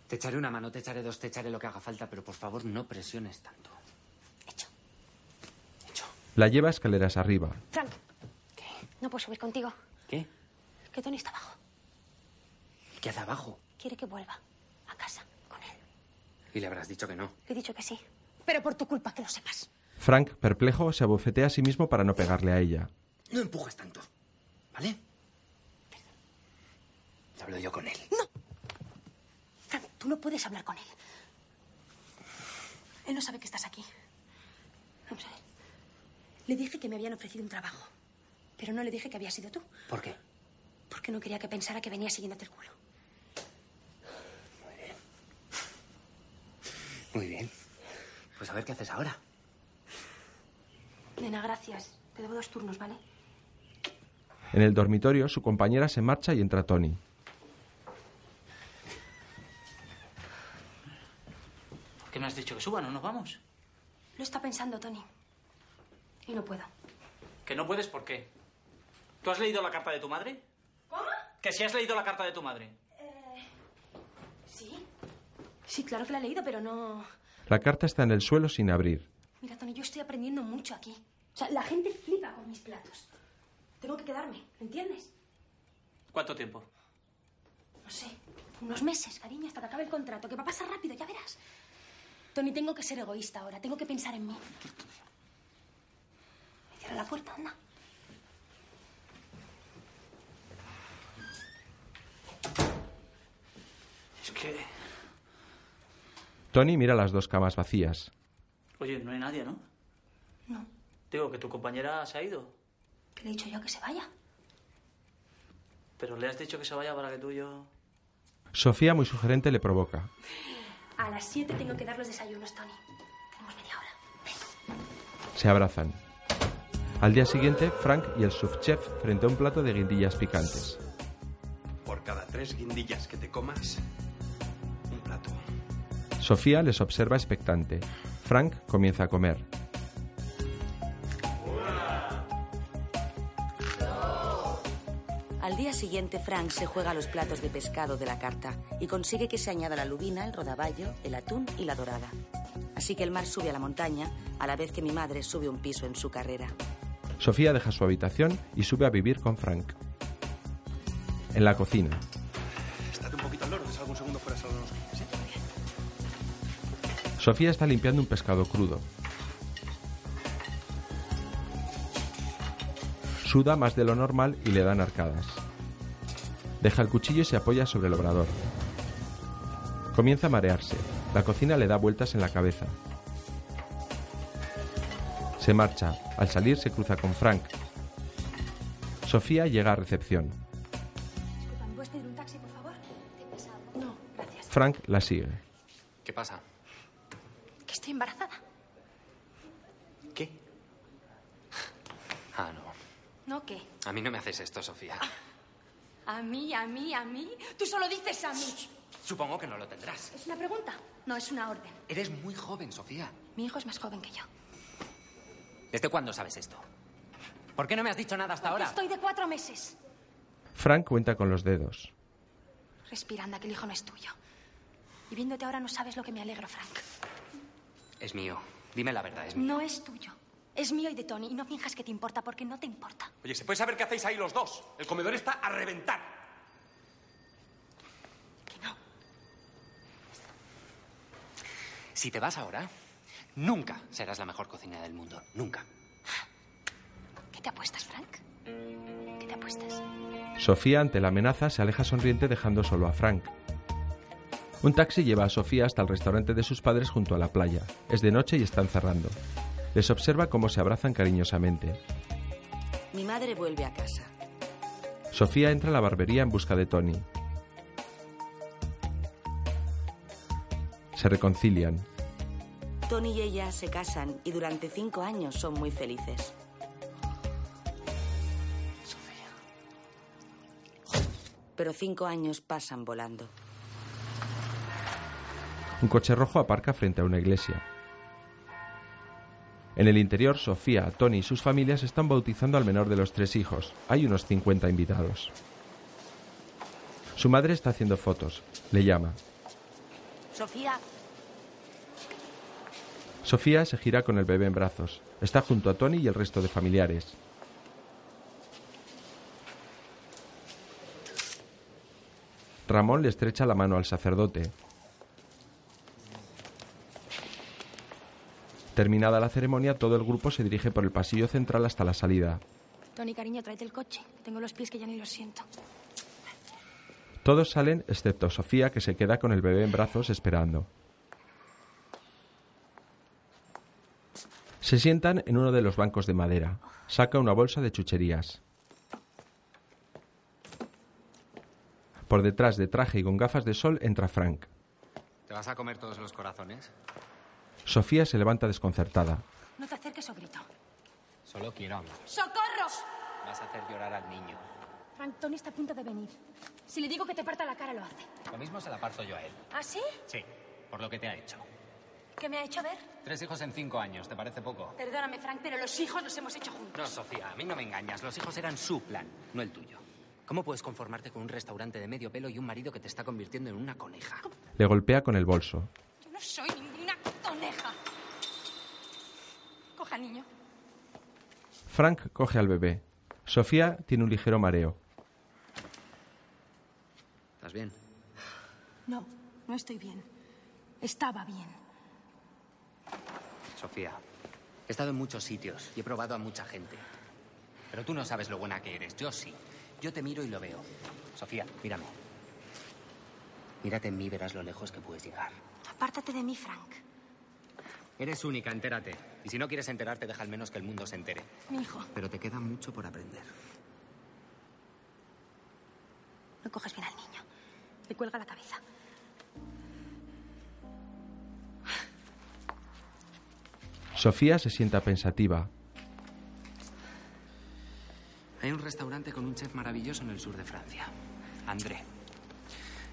Te echaré una mano, te echaré dos, te echaré lo que haga falta, pero por favor no presiones tanto. La lleva escaleras arriba. Frank. No puedo subir contigo. ¿Qué? Que Tony está abajo. ¿Qué hace abajo? Quiere que vuelva a casa con él. Y le habrás dicho que no. Le he dicho que sí. Pero por tu culpa, que lo sepas. Frank, perplejo, se abofetea a sí mismo para no pegarle a ella. No empujes tanto, ¿vale? Te hablo yo con él. Frank, tú no puedes hablar con él. Él no sabe que estás aquí. Vamos a ver. Le dije que me habían ofrecido un trabajo, pero no le dije que había sido tú, ¿Por qué? porque no quería que pensara que venía siguiéndote el culo. Muy bien. Pues a ver qué haces ahora. Nena, gracias. Te debo dos turnos, ¿vale? En el dormitorio, su compañera se marcha y entra Tony. ¿Por qué no has dicho que suba? ¿No nos vamos? Lo está pensando, Tony. Y no puedo. ¿Que no puedes? ¿Por qué? ¿Tú has leído la carta de tu madre? ¿Cómo? Que si has leído la carta de tu madre. Sí. Sí, claro que la he leído, pero no. La carta está en el suelo sin abrir. Mira, Tony, yo estoy aprendiendo mucho aquí. O sea, la gente flipa con mis platos. Tengo que quedarme, ¿me entiendes? ¿Cuánto tiempo? No sé. Unos meses, cariño, hasta que acabe el contrato, que va a pasar rápido, ya verás. Tony, tengo que ser egoísta ahora, tengo que pensar en mí. Me cierra la puerta, anda. Es que... Tony mira las dos camas vacías. Oye, no hay nadie, ¿no? No. Digo, que tu compañera se ha ido. Que le he dicho yo que se vaya. Pero le has dicho que se vaya para que tú y yo... Sofía, muy sugerente, le provoca. A las 7 tengo que dar los desayunos, Tony. Tenemos media hora. Se abrazan. Al día siguiente, Frank y el subchef frente a un plato de guindillas picantes. Por cada tres guindillas que te comas, un plato. Sofía les observa expectante. Frank comienza a comer. Al día siguiente, Frank se juega los platos de pescado de la carta y consigue que se añada la lubina, el rodaballo, el atún y la dorada. Así que el mar sube a la montaña, a la vez que mi madre sube un piso en su carrera. Sofía deja su habitación y sube a vivir con Frank. En la cocina, Estate un poquito al loro, que salgo un segundo fuera salgo unos 15, ¿eh? Sofía está limpiando un pescado crudo. Suda más de lo normal y le dan arcadas. Deja el cuchillo y se apoya sobre el obrador. Comienza a marearse. La cocina le da vueltas en la cabeza. Se marcha. Al salir se cruza con Frank. Sofía llega a recepción. Disculpa, ¿me puedes pedir un taxi, por favor? No, gracias. Frank la sigue. ¿Qué pasa? Que estoy embarazada. ¿Qué? Ah, no. ¿No qué? A mí no me haces esto, Sofía. A mí, a mí, a mí. Tú solo dices a mí. Supongo que no lo tendrás. ¿Es una pregunta? No, es una orden. Eres muy joven, Sofía. Mi hijo es más joven que yo. ¿Desde cuándo sabes esto? ¿Por qué no me has dicho nada hasta ahora? Estoy de cuatro meses. Frank cuenta con los dedos. Respirando que el hijo no es tuyo. Y viéndote ahora no sabes lo que me alegro, Frank. Es mío. Dime la verdad, es mío. No es tuyo. Es mío y de Tony. Y no finjas que te importa porque no te importa. Oye, ¿se puede saber qué hacéis ahí los dos? El comedor está a reventar. Si te vas ahora, nunca serás la mejor cocinera del mundo. Nunca. ¿Qué te apuestas, Frank? ¿Qué te apuestas? Sofía, ante la amenaza, se aleja sonriente dejando solo a Frank. Un taxi lleva a Sofía hasta el restaurante de sus padres junto a la playa. Es de noche y están cerrando. Les observa cómo se abrazan cariñosamente. Mi madre vuelve a casa. Sofía entra a la barbería en busca de Tony. Se reconcilian. Tony y ella se casan y durante cinco años son muy felices. Pero cinco años pasan volando. Un coche rojo aparca frente a una iglesia. En el interior, Sofía, Tony y sus familias están bautizando al menor de los tres hijos. Hay unos 50 invitados. Su madre está haciendo fotos. Le llama. Sofía, Sofía se gira con el bebé en brazos. Está junto a Tony y el resto de familiares. Ramón le estrecha la mano al sacerdote. Terminada la ceremonia, todo el grupo se dirige por el pasillo central hasta la salida. Tony, cariño, tráete el coche. que Tengo los pies que ya ni los siento. Todos salen excepto Sofía, que se queda con el bebé en brazos esperando. Se sientan en uno de los bancos de madera. Saca una bolsa de chucherías. Por detrás de traje y con gafas de sol entra Frank. ¿Te vas a comer todos los corazones? Sofía se levanta desconcertada. No te acerques o grito. Solo quiero hablar. ¡Socorro! Vas a hacer llorar al niño. Frank, Tony está a punto de venir. Si le digo que te parta la cara, lo hace. Lo mismo se la parto yo a él. ¿Ah, sí? Sí, por lo que te ha hecho. ¿Qué me ha hecho ver? Tres hijos en cinco años, ¿te parece poco? Perdóname, Frank, pero los hijos los hemos hecho juntos. No, Sofía, a mí no me engañas. Los hijos eran su plan, no el tuyo. ¿Cómo puedes conformarte con un restaurante de medio pelo y un marido que te está convirtiendo en una coneja? Le golpea con el bolso. Yo no soy ninguna coneja. Coja, niño. Frank coge al bebé. Sofía tiene un ligero mareo. ¿Estás bien? No, no estoy bien. Estaba bien. Sofía, he estado en muchos sitios y he probado a mucha gente. Pero tú no sabes lo buena que eres, yo sí. Yo te miro y lo veo. Sofía, mírame. Mírate en mí, verás lo lejos que puedes llegar. Apártate de mí, Frank. Eres única, entérate. Y si no quieres enterarte, deja al menos que el mundo se entere. Mi hijo, Pero te queda mucho por aprender. no coges bien al niño. Le cuelga la cabeza. Sofía se sienta pensativa. Hay un restaurante con un chef maravilloso en el sur de Francia. André.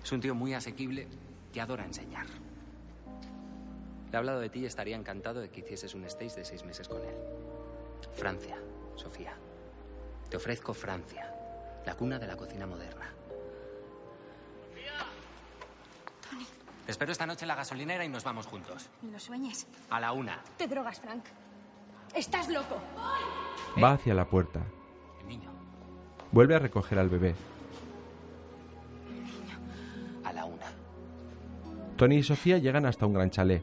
Es un tío muy asequible que adora enseñar. Le he hablado de ti y estaría encantado de que hicieses un stage de seis meses con él. Francia, Sofía. Te ofrezco Francia, la cuna de la cocina moderna. Te espero esta noche en la gasolinera y nos vamos juntos. ni lo sueñes. A la una. Te drogas, Frank. Estás loco. Va hacia la puerta. El niño. Vuelve a recoger al bebé. A la una. Tony y Sofía llegan hasta un gran chalet.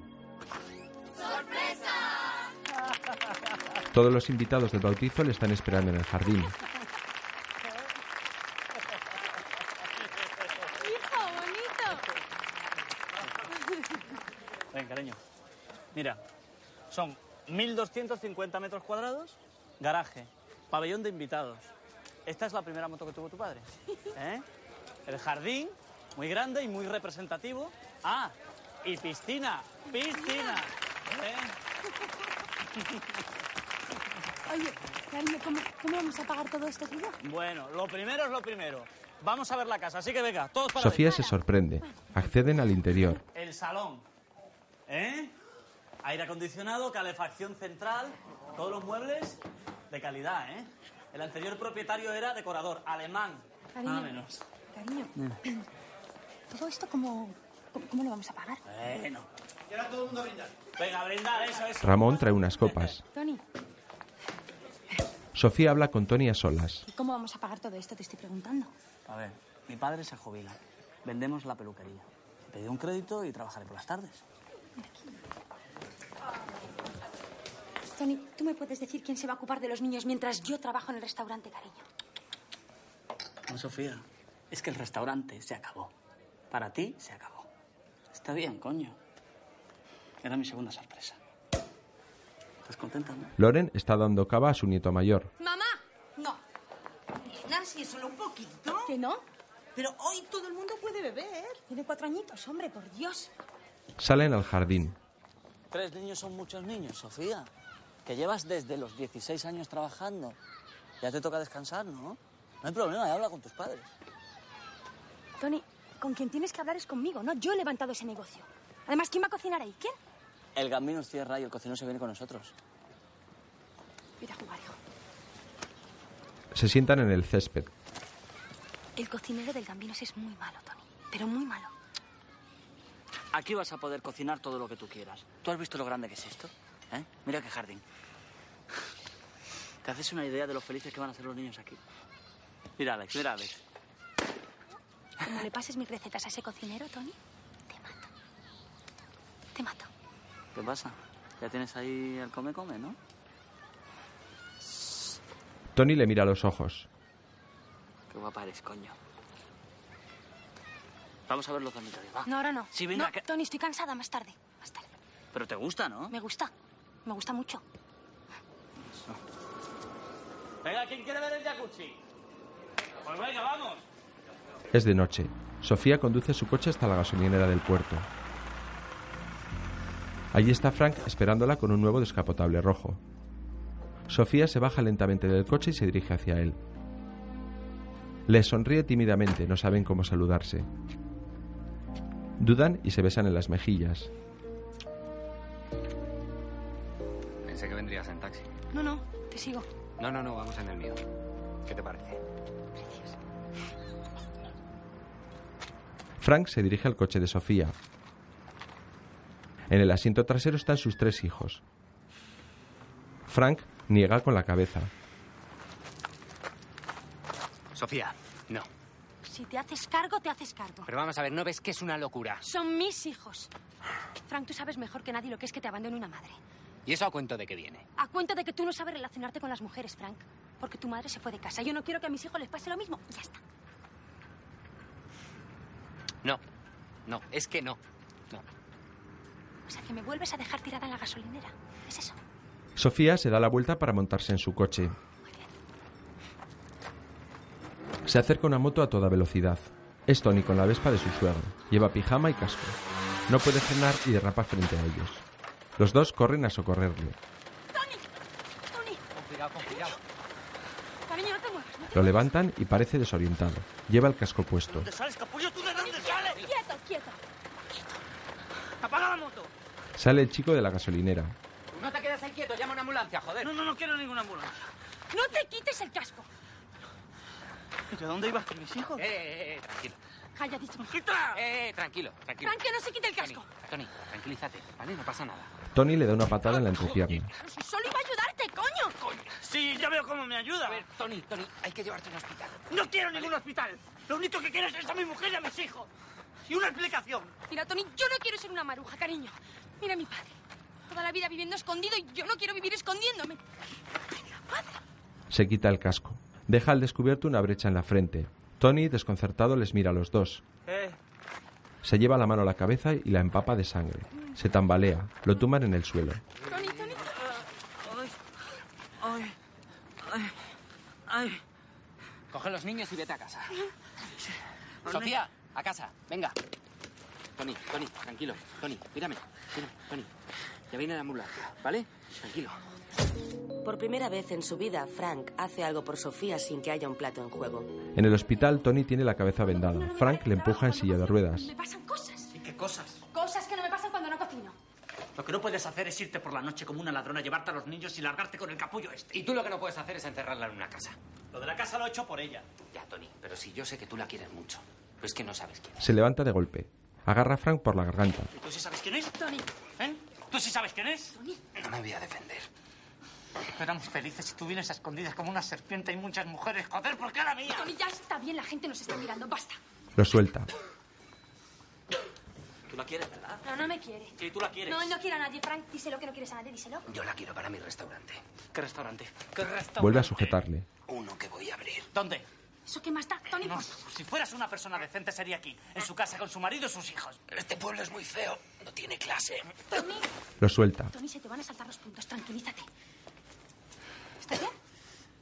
Todos los invitados del bautizo le están esperando en el jardín. ¡Hijo, bonito! Ven, cariño. Mira, son 1.250 metros cuadrados, garaje, pabellón de invitados. Esta es la primera moto que tuvo tu padre. ¿eh? El jardín, muy grande y muy representativo. Ah, y piscina, piscina. ¿eh? Oye, cariño, ¿cómo, cómo vamos a pagar todo esto, tío? Bueno, lo primero es lo primero. Vamos a ver la casa, así que venga, todos para Sofía se adentro. sorprende. Acceden al interior. El salón. ¿Eh? Aire acondicionado, calefacción central, todos los muebles de calidad, ¿eh? El anterior propietario era decorador, alemán. Nada Cariño. Ah, menos. Cariño, *clears throat* ¿todo esto cómo, cómo, cómo lo vamos a pagar? Bueno. Y ahora todo el mundo a brindar. Venga, a brindar, eso, eso. Ramón trae unas copas. Tony, Sofía habla con Tony a solas. ¿y cómo vamos a pagar todo esto? Te estoy preguntando. A ver, mi padre se jubila. Vendemos la peluquería. Pedí un crédito y trabajaré por las tardes. Tony, ¿tú me puedes decir quién se va a ocupar de los niños mientras yo trabajo en el restaurante, cariño? No, Sofía, es que el restaurante se acabó. Para ti se acabó. Está bien, coño. Era mi segunda sorpresa. ¿Estás contenta, no? Loren está dando cava a su nieto mayor. ¡Mamá! No. Nena, si es solo un poquito. ¿Que no? Pero hoy todo el mundo puede beber. Tiene cuatro añitos, hombre, por Dios. Salen al jardín. Tres niños son muchos niños, Sofía. Que llevas desde los 16 años trabajando. Ya te toca descansar, ¿no? No hay problema, ya habla con tus padres. Tony, con quien tienes que hablar es conmigo, ¿no? Yo he levantado ese negocio. Además, ¿quién va a cocinar ahí? ¿Quién? El gambino cierra y el cocinero se viene con nosotros. Vete a jugar, hijo. Se sientan en el césped. El cocinero del Gambinos es muy malo, Tony. Pero muy malo. Aquí vas a poder cocinar todo lo que tú quieras. ¿Tú has visto lo grande que es esto? ¿Eh? Mira qué jardín. ¿Te haces una idea de lo felices que van a ser los niños aquí? Mira, Alex, mira, Alex. Como le pases mis recetas a ese cocinero, Tony, te mato. Te mato. ¿Qué pasa? Ya tienes ahí el come-come, ¿no? Tony le mira a los ojos. Qué guapa eres, coño. Vamos a ver los dormitorios, va. No, ahora no. Sí, venga, No, que- Tony, estoy cansada más tarde. Pero te gusta, ¿no? Me gusta. Me gusta mucho. Venga, ¿quién quiere ver el jacuzzi? Pues venga, vamos. Es de noche. Sofía conduce su coche hasta la gasolinera del puerto. Allí está Frank esperándola con un nuevo descapotable rojo. Sofía se baja lentamente del coche y se dirige hacia él. Les sonríe tímidamente, no saben cómo saludarse. Dudan y se besan en las mejillas. Pensé que vendrías en taxi. No, no, te sigo. No, no, no, vamos en el mío. ¿Qué te parece? Frank se dirige al coche de Sofía. En el asiento trasero están sus tres hijos. Frank niega con la cabeza. Sofía, no. Si te haces cargo, te haces cargo. Pero vamos a ver, ¿no ves que es una locura? Son mis hijos. Frank, tú sabes mejor que nadie lo que es que te abandone una madre. ¿Y eso a cuento de qué viene? A cuenta de que tú no sabes relacionarte con las mujeres, Frank. Porque tu madre se fue de casa. Yo no quiero que a mis hijos les pase lo mismo. Ya está. No, no, es que no. No. O sea, que me vuelves a dejar tirada en la gasolinera. ¿Es eso? Sofía se da la vuelta para montarse en su coche. Se acerca una moto a toda velocidad. Es Tony con la Vespa de su suegro. Lleva pijama y casco. No puede frenar y derrapa frente a ellos. Los dos corren a socorrerle. ¡Tony! ¡Tony! Cariño, no te muevas. no te Lo levantan y parece desorientado. Lleva el casco puesto. ¿Dónde sales, capullo? ¿Tú de dónde sales? muevas. Quieto, quieto. ¡Apaga la moto! Sale el chico de la gasolinera. No te quedes ahí quieto, llama una ambulancia, joder. No, no, no quiero ninguna ambulancia. No te quites el casco. ¿Pero dónde ibas con mis hijos? Eh, eh, eh, tranquilo. Calladito. Ah. Eh, eh, tranquilo, tranquilo. Frank, que no se quite el casco. Tony, tranquilízate, ¿vale? No pasa nada. Tony le da una patada en la entrepierna. Solo iba a ayudarte, coño. Sí, ya veo cómo me ayuda. A ver, Tony, Tony, hay que llevarte a un hospital. No quiero ningún hospital. Lo único que quiero es a mi mujer y a mis hijos. Y una explicación. Mira, Tony, yo no quiero ser una maruja, cariño. Mira a mi padre. Toda la vida viviendo escondido y yo no quiero vivir escondiéndome. Se quita el casco. Deja al descubierto una brecha en la frente. Tony, desconcertado, les mira a los dos. Eh, Se lleva la mano a la cabeza y la empapa de sangre. Se tambalea. Lo tuman en el suelo. Tony, Tony. ay, ay, ay, ay. Coge los niños y vete a casa. Sofía, a casa, venga. Tony, Tony, tranquilo. Tony, mírame, mírame, Tony. Ya viene la ambulancia, ¿vale? Tranquilo. Por primera vez en su vida, Frank hace algo por Sofía sin que haya un plato en juego. En el hospital, Tony tiene la cabeza vendada. Frank le empuja en silla de ruedas. Me pasan cosas. ¿Y qué cosas? Cosas que no me pasan cuando no cocino. Lo que no puedes hacer es irte por la noche como una ladrona, llevarte a los niños y largarte con el capullo este. Y tú lo que no puedes hacer es encerrarla en una casa. Lo de la casa lo he hecho por ella. Ya, Tony, pero si yo sé que tú la quieres mucho, pero es que no sabes quién. Se levanta de golpe. Agarra a Frank por la garganta. ¿Y tú sí sabes quién es? Tony. ¿Eh? ¿Tú sí sabes quién es? No me voy a defender. Éramos felices si tú vienes a escondidas como una serpiente y muchas mujeres. Joder, ¿por qué la mía? Tony, ya está bien, la gente nos está mirando. Basta. Lo suelta. Tú la quieres, ¿verdad? No, no me quiere. Sí, tú la quieres. No, no quiero a nadie, Frank. Díselo que no quieres a nadie, díselo. Yo la quiero para mi restaurante. ¿Qué restaurante? ¿Qué restaurante? Vuelve a sujetarle. Uno que voy a abrir. ¿Dónde? ¿Eso qué más da, Tony? pues, No, si fueras una persona decente sería aquí, en su casa con su marido y sus hijos. Este pueblo es muy feo. No tiene clase. Tony, Lo suelta. Tony, se te van a saltar los puntos. Tranquilízate. ¿Estás bien?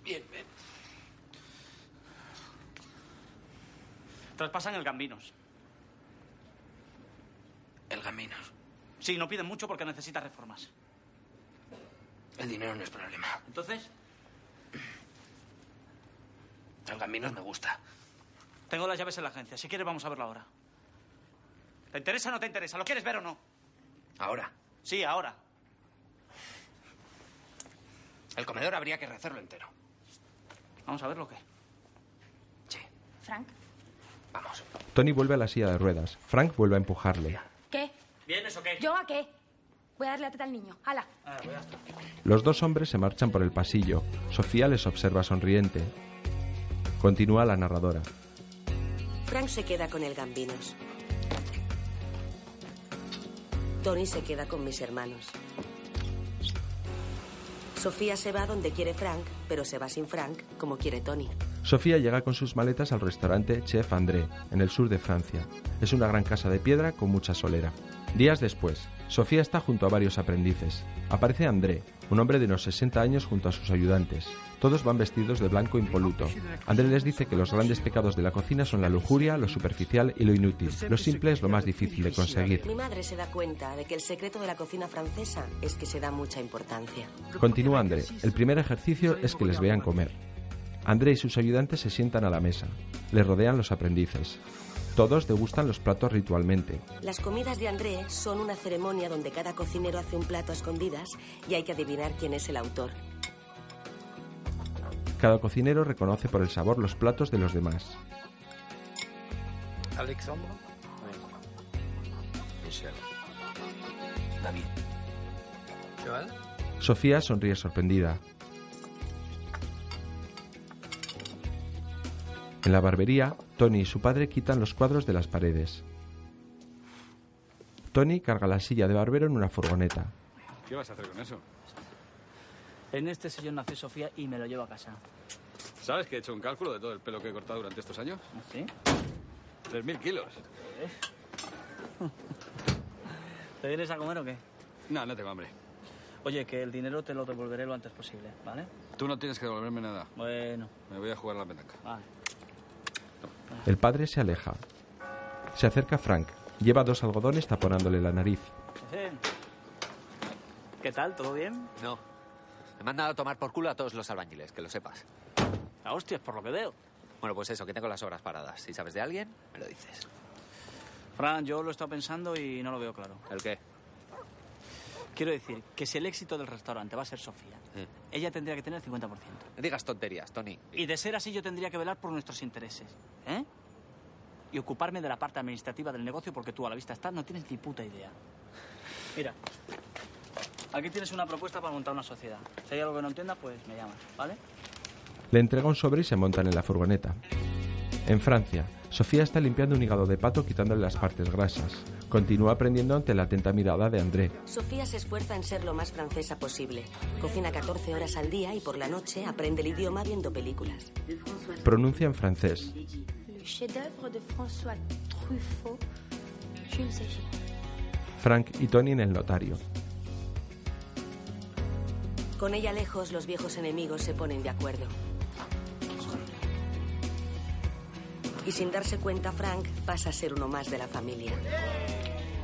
Bien, bien. Traspasan el Gambinos. El Gaminos. Sí, no piden mucho porque necesita reformas. El dinero no es problema. Entonces, El Gaminos me gusta. tengo las llaves en la agencia. Si quieres, vamos a verlo ahora. ¿Te interesa o no te interesa? ¿Lo quieres ver o no? Ahora, Sí, ahora. el comedor habría que rehacerlo entero. Vamos a ver lo que. Sí, Frank. vamos. Tony vuelve a la silla de ruedas. Frank vuelve a empujarle. ¿Qué? ¿Vienes o qué? ¿Yo a qué? Voy a darle la teta al niño. Hala. Los dos hombres se marchan por el pasillo. Sofía les observa sonriente. Continúa la narradora. Frank se queda con el Gambinos. Tony se queda con mis hermanos. Sofía se va donde quiere Frank, pero se va sin Frank, como quiere Tony. Sofía llega con sus maletas al restaurante Chef André, en el sur de Francia. Es una gran casa de piedra con mucha solera. Días después, Sofía está junto a varios aprendices. Aparece André, un hombre de unos 60 años junto a sus ayudantes. Todos van vestidos de blanco impoluto. André les dice que los grandes pecados de la cocina son la lujuria, lo superficial y lo inútil. Lo simple es lo más difícil de conseguir. Mi madre se da cuenta de que el secreto de la cocina francesa es que se da mucha importancia. Continúa André. El primer ejercicio es que les vean comer. André y sus ayudantes se sientan a la mesa. Les rodean los aprendices. Todos degustan los platos ritualmente. Las comidas de André son una ceremonia donde cada cocinero hace un plato a escondidas y hay que adivinar quién es el autor. Cada cocinero reconoce por el sabor los platos de los demás. Alexandre. Michel. David. Joel. Sofía sonríe sorprendida. En la barbería, Tony y su padre quitan los cuadros de las paredes. Tony carga la silla de barbero en una furgoneta. ¿Qué vas a hacer con eso? En este sillón nació Sofía y me lo llevo a casa. ¿Sabes que he hecho un cálculo de todo el pelo que he cortado durante estos años? ¿Ah, ¿Sí? 3.000 kilos. ¿Te vienes a comer o qué? No, no tengo hambre. Oye, que el dinero te lo devolveré lo antes posible, ¿vale? Tú no tienes que devolverme nada. Bueno, Me voy a jugar la petanca. vale. El padre se aleja. Se acerca Frank. Lleva dos algodones taponándole la nariz. ¿Qué tal? ¿Todo bien? No. Me han mandado a tomar por culo a todos los albañiles, que lo sepas. A hostias, por lo que veo. Bueno, pues eso, que tengo las obras paradas. Si sabes de alguien, me lo dices. Fran, yo lo he estado pensando y no lo veo claro. ¿El qué? Quiero decir que si el éxito del restaurante va a ser Sofía, ella tendría que tener el 50%. Mm. No digas tonterías, Tony. Y de ser así, yo tendría que velar por nuestros intereses. ¿Eh? Y ocuparme de la parte administrativa del negocio porque tú, a la vista está, no tienes ni puta idea. Mira, aquí tienes una propuesta para montar una sociedad. Si hay algo que no entiendas, pues me llamas, ¿vale? Le entrega un sobre y se montan en la furgoneta. En Francia, Sofía está limpiando un hígado de pato quitándole las partes grasas. Continúa aprendiendo ante la atenta mirada de André. Sofía se esfuerza en ser lo más francesa posible. Cocina 14 horas al día y por la noche aprende el idioma viendo películas. Pronuncia en francés. Le chef-d'œuvre de François Truffaut, Jules Ségé. Frank y Tony en el notario. Con ella lejos, los viejos enemigos se ponen de acuerdo. Y sin darse cuenta, Frank pasa a ser uno más de la familia.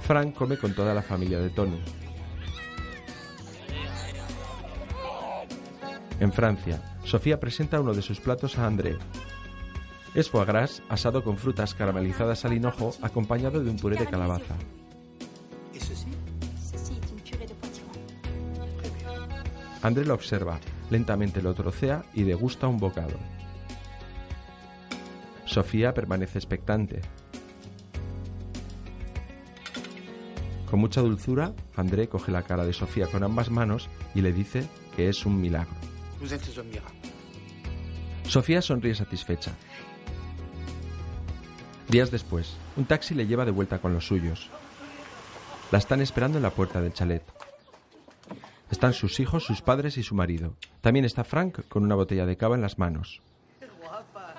Frank come con toda la familia de Tony. En Francia, Sofía presenta uno de sus platos a André. Es foie gras asado con frutas caramelizadas al hinojo acompañado de un puré de calabaza. Ceci est une purée de potiron. André lo observa, lentamente lo trocea y degusta un bocado. Sofía permanece expectante. Con mucha dulzura, André coge la cara de Sofía con ambas manos y le dice que es un milagro. Vous êtes un miracle. Sofía sonríe satisfecha. Días después, un taxi le lleva de vuelta con los suyos. La están esperando en la puerta del chalet. Están sus hijos, sus padres y su marido. También está Frank con una botella de cava en las manos. ¡Qué guapa!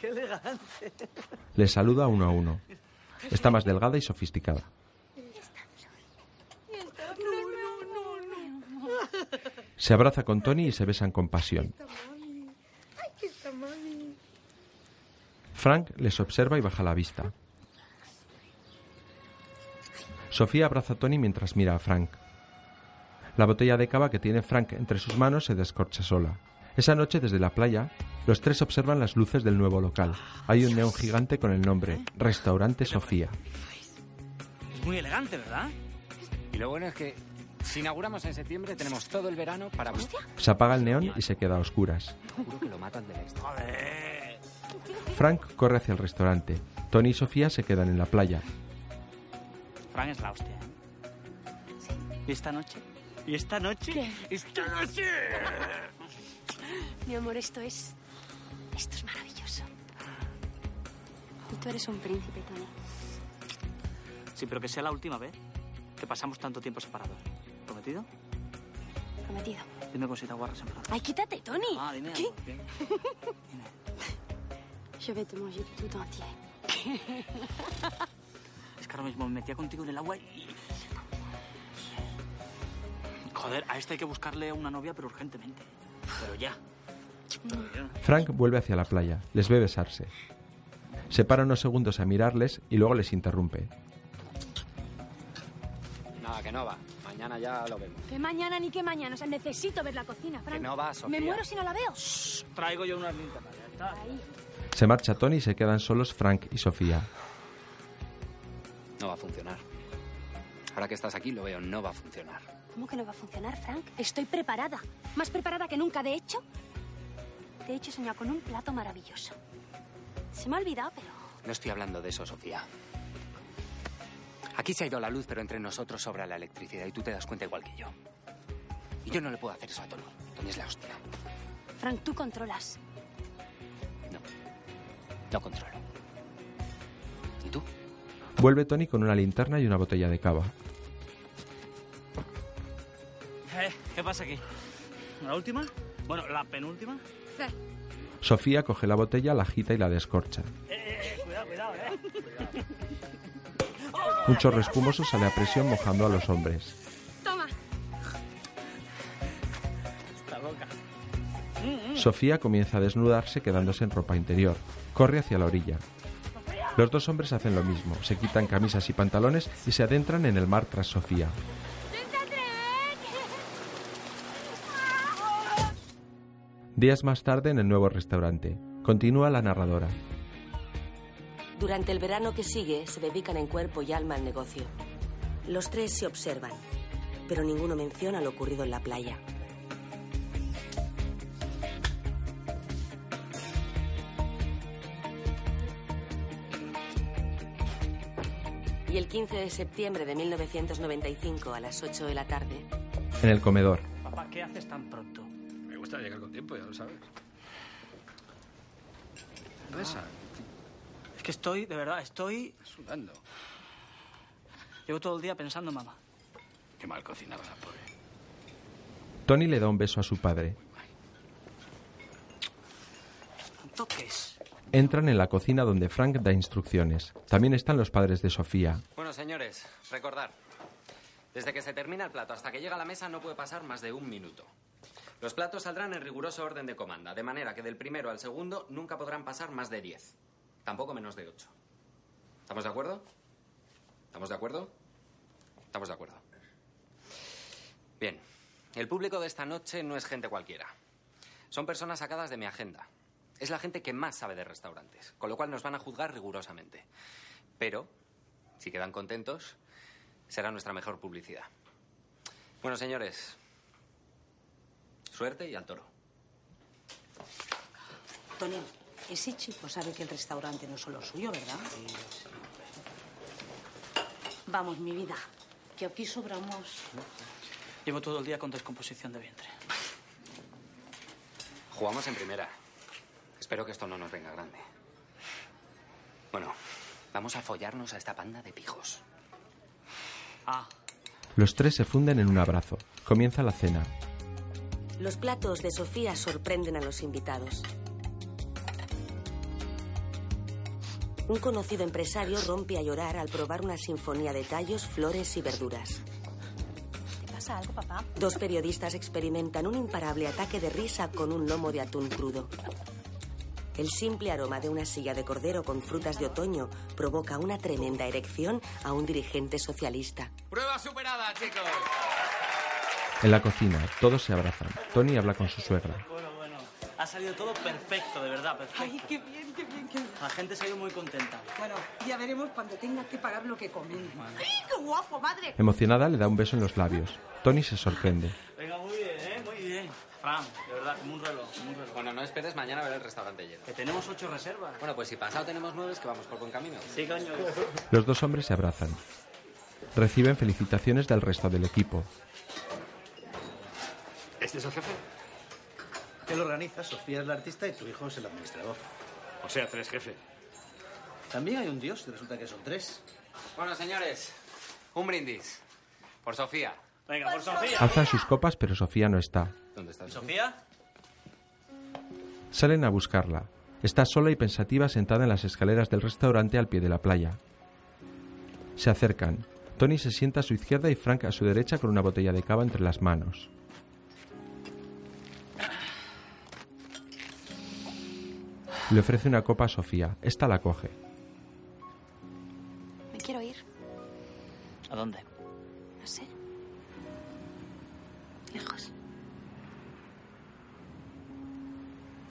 ¡Qué elegante! Les saluda uno a uno. Está más delgada y sofisticada. Se abraza con Tony y se besan con pasión. Aquí está mami. Frank les observa y baja la vista. Sofía abraza a Tony mientras mira a Frank. La botella de cava que tiene Frank entre sus manos se descorcha sola. Esa noche, desde la playa, los tres observan las luces del nuevo local. Hay un neón gigante con el nombre Restaurante Sofía. Es muy elegante, ¿verdad? Y lo bueno es que si inauguramos en septiembre tenemos todo el verano para... ¡Hostia! Se apaga el neón y se queda a oscuras. Juro que lo matan de la ¡Joder! Frank corre hacia el restaurante. Tony y Sofía se quedan en la playa. Fran es la hostia. ¿eh? ¿Y esta noche? ¿Y esta noche? ¡Esta noche! Mi amor, esto es. Esto es maravilloso. Y tú eres un príncipe, Tony. Sí, pero que sea la última vez que pasamos tanto tiempo separados. ¿Prometido? Prometido. Dime cositas guarras en plan. Ay, quítate, Tony. Ah, dime ¿Qué? algo, ¿qué? eh. Je vais te manger tout entier. Es que ahora mismo me metía contigo en el agua y... Joder, a este hay que buscarle una novia, pero urgentemente. Pero ya. Pero Mm. ya. Frank vuelve hacia la playa, les ve besarse. Se para unos segundos a mirarles y luego les interrumpe. Nada, que no va. Mañana ya lo vemos. Que mañana ni que mañana. O sea, necesito ver la cocina, Frank. no va, Sofía. Me muero si no la veo. Traigo yo unas linternas. ya está. Se marcha Tony y se quedan solos Frank y Sofía. No va a funcionar. Ahora que estás aquí lo veo, no va a funcionar. ¿Cómo que no va a funcionar, Frank? Estoy preparada. Más preparada que nunca, de hecho. De hecho, he soñado con un plato maravilloso. Se me ha olvidado, pero No estoy hablando de eso, Sofía. Aquí se ha ido la luz, pero entre nosotros sobra la electricidad y tú te das cuenta igual que yo. Y yo no le puedo hacer eso a Tony. Tony es la hostia. Frank, tú controlas. No controlo. ¿Y tú? Vuelve Tony con una linterna y una botella de cava. Eh, ¿Qué pasa aquí? ¿La última? Bueno, la penúltima. Sofía coge la botella, la agita y la descorcha. Cuidado, cuidado, eh. Un chorro espumoso sale a presión mojando a los hombres. Toma. Está loca. Sofía comienza a desnudarse quedándose en ropa interior. Corre hacia la orilla. Los dos hombres hacen lo mismo, se quitan camisas y pantalones y se adentran en el mar tras Sofía. Días más tarde en el nuevo restaurante. Continúa la narradora. Durante el verano que sigue, se dedican en cuerpo y alma al negocio. Los tres se observan, pero ninguno menciona lo ocurrido en la playa. Y el 15 de septiembre de 1995, a las 8 de la tarde, En el comedor. Papá, ¿qué haces tan pronto? Me gusta llegar con tiempo, ya lo sabes. Besa. Es que estoy, de verdad, estoy... Sudando. Llevo todo el día pensando, en mamá. Qué mal cocinaba la pobre. Tony le da un beso a su padre. Toques. Entran en la cocina donde Frank da instrucciones. También están los padres de Sofía. Bueno, señores, recordar. Desde que se termina el plato hasta que llega a la mesa no puede pasar más de un minuto. Los platos saldrán en riguroso orden de comanda, de manera que del primero al segundo nunca podrán pasar más de diez. Tampoco menos de ocho. ¿Estamos de acuerdo? ¿Estamos de acuerdo? Estamos de acuerdo. Bien. El público de esta noche no es gente cualquiera. Son personas sacadas de mi agenda. Es la gente que más sabe de restaurantes, con lo cual nos van a juzgar rigurosamente. Pero, si quedan contentos, será nuestra mejor publicidad. Bueno, señores, suerte y al toro. Tony, ese chico sabe que el restaurante no es solo suyo, ¿verdad? Vamos, mi vida, que aquí sobramos. Llevo todo el día con descomposición de vientre. Jugamos en primera. Espero que esto no nos venga grande. Bueno, vamos a follarnos a esta panda de pijos. Ah, Los tres se funden en un abrazo. Comienza la cena. los platos de Sofía sorprenden a los invitados. Un conocido empresario rompe a llorar al probar una sinfonía de tallos, flores y verduras. ¿Te pasa algo, papá? Dos periodistas experimentan un imparable ataque de risa con un lomo de atún crudo. El simple aroma de una silla de cordero con frutas de otoño provoca una tremenda erección a un dirigente socialista. Prueba superada, chicos. En la cocina, todos se abrazan. Tony habla con su suegra. bueno, bueno. Ha salido todo perfecto, de verdad, perfecto. Ay, qué bien, qué bien, qué bien. La gente se ha ido muy contenta. Bueno, ya veremos cuando tenga que pagar lo que comen. ¡Ay, qué guapo, madre! Emocionada le da un beso en los labios. Tony se sorprende. Venga, muy bien, ¿eh? Muy bien. Fran, de verdad, como un reloj, como un reloj. Bueno, no esperes mañana a ver el restaurante lleno. Que tenemos ocho reservas. Bueno, pues si pasado tenemos nueve es que vamos por buen camino. Sí, coño. Los dos hombres se abrazan. Reciben felicitaciones del resto del equipo. ¿Este es el jefe? Él organiza, Sofía es la artista y tu hijo es el administrador. O sea, tres jefes. También hay un dios, y resulta que son tres. Bueno, señores, un brindis. Por Sofía. Venga, por Pues Sofía. Alzan sus copas, pero Sofía no está. ¿Dónde está Sofía? Salen a buscarla. Está sola y pensativa sentada en las escaleras del restaurante al pie de la playa. Se acercan. Tony se sienta a su izquierda y Frank a su derecha con una botella de cava entre las manos. Le ofrece una copa a Sofía. Esta la coge. Me quiero ir, ¿A dónde? no sé. Lejos.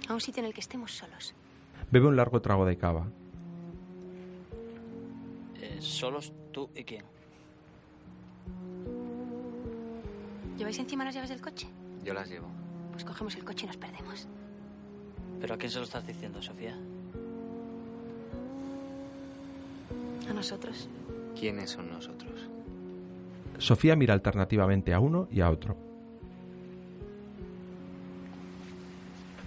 A un sitio en el que estemos solos. Bebe un largo trago de cava. Eh, solos tú y quién. ¿Lleváis encima las llaves del coche? Yo las llevo. Pues cogemos el coche y nos perdemos. ¿Pero a quién se lo estás diciendo, Sofía? A nosotros. ¿Quiénes son nosotros? Sofía mira alternativamente a uno y a otro.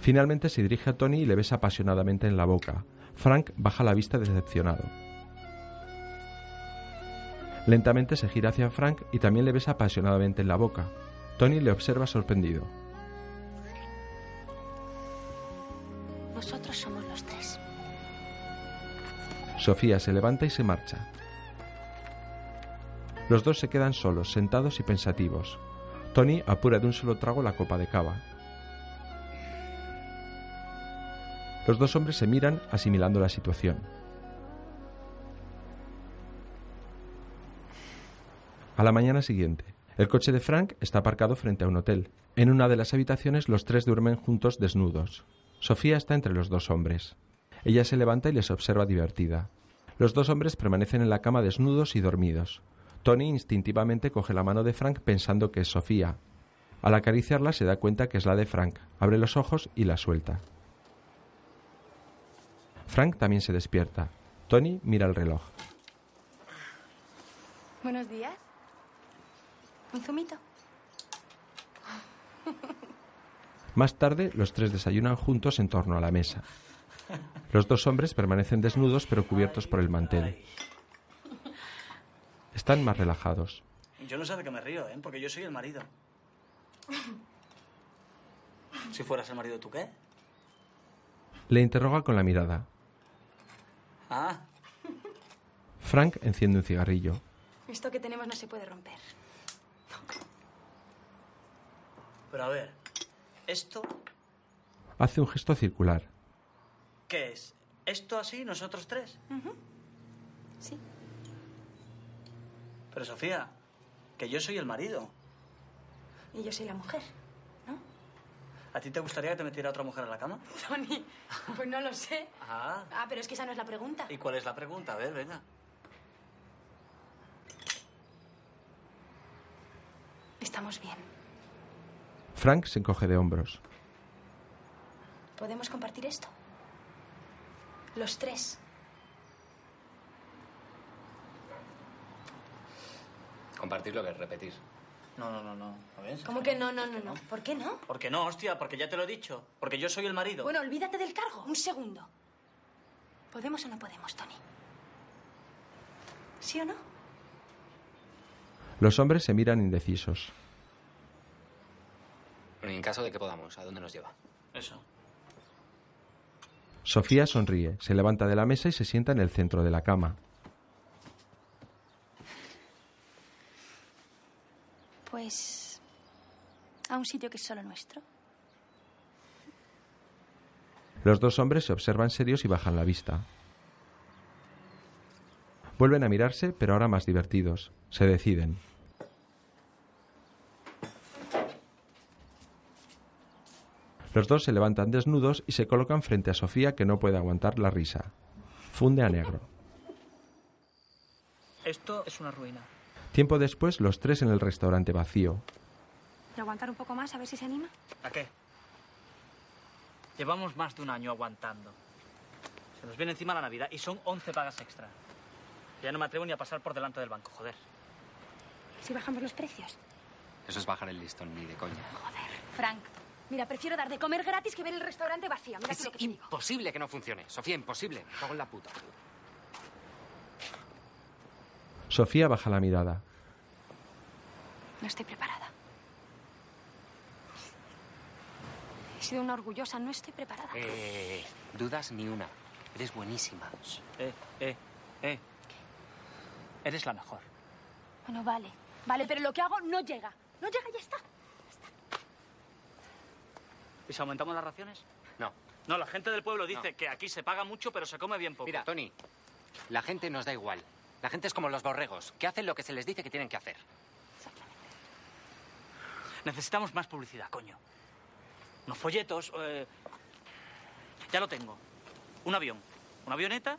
Finalmente se dirige a Tony y le besa apasionadamente en la boca. Frank baja la vista decepcionado. Lentamente se gira hacia Frank y también le besa apasionadamente en la boca. Tony le observa sorprendido. Nosotros somos los tres. Sofía se levanta y se marcha. Los dos se quedan solos, sentados y pensativos. Tony apura de un solo trago la copa de cava. Los dos hombres se miran asimilando la situación. A la mañana siguiente, el coche de Frank está aparcado frente a un hotel. En una de las habitaciones los tres duermen juntos desnudos. Sofía está entre los dos hombres. Ella se levanta y les observa divertida. Los dos hombres permanecen en la cama desnudos y dormidos. Tony instintivamente coge la mano de Frank pensando que es Sofía. Al acariciarla se da cuenta que es la de Frank, abre los ojos y la suelta. Frank también se despierta. Tony mira el reloj. Buenos días. ¿Un zumito? Más tarde, los tres desayunan juntos en torno a la mesa. Los dos hombres permanecen desnudos pero cubiertos por el mantel. Están más relajados. Yo no sé de qué me río, ¿eh? Porque yo soy el marido. *laughs* Si fueras el marido, ¿tú qué? Le interroga con la mirada. Ah, Frank enciende un cigarrillo. Esto que tenemos no se puede romper. pero a ver. ¿Esto Hace un gesto circular. qué es? ¿Esto así, nosotros tres? Sí. Pero Sofía, que yo soy el marido. Y yo soy la mujer. ¿A ti te gustaría que te metiera otra mujer en la cama? Tony, pues no lo sé. Ah. Ah, pero es que esa no es la pregunta. ¿Y cuál es la pregunta? A ver, venga. Estamos bien. Frank se encoge de hombros. ¿Podemos compartir esto? Los tres. Compartir lo que es repetir. No, no, no, no. A ver. ¿Cómo que no, no, no, no? ¿Por qué no? Porque no, hostia, porque ya te lo he dicho. Porque yo soy el marido. Bueno, olvídate del cargo. Un segundo. ¿Podemos o no podemos, Tony? ¿Sí o no? Los hombres se miran indecisos. En caso de que podamos, ¿a dónde nos lleva? Eso. Sofía sonríe, se levanta de la mesa y se sienta en el centro de la cama. Pues. a un sitio que es solo nuestro. Los dos hombres se observan serios y bajan la vista. Vuelven a mirarse, pero ahora más divertidos. Se deciden. Los dos se levantan desnudos y se colocan frente a Sofía que no puede aguantar la risa. Funde a negro. Esto es una ruina. Tiempo después, los tres en el restaurante vacío. ¿Y aguantar un poco más a ver si se anima? ¿A qué? Llevamos más de un año aguantando. Se nos viene encima la Navidad y son 11 pagas extra. Ya no me atrevo ni a pasar por delante del banco, joder. Si bajamos los precios. Eso es bajar el listón, ni de coña. Frank, mira, prefiero dar de comer gratis que ver el restaurante vacío. Mira tú Es lo que te digo. imposible que no funcione. Sofía, imposible. Me cago en la puta. Sofía baja la mirada. No estoy preparada. He sido una orgullosa, no estoy preparada. Eh, eh, eh, dudas ni una. Eres buenísima. Eh, eh, eh. Eres la mejor. Bueno, vale. Vale, pero lo que hago no llega. No llega y ya está. ¿Y si aumentamos las raciones? No. No, la gente del pueblo dice que aquí se paga mucho, pero se come bien poco. Mira, Tony, la gente nos da igual. La gente es como los borregos, que hacen lo que se les dice que tienen que hacer. Necesitamos más publicidad, coño. Unos folletos. eh, Ya lo tengo. Un avión. Una avioneta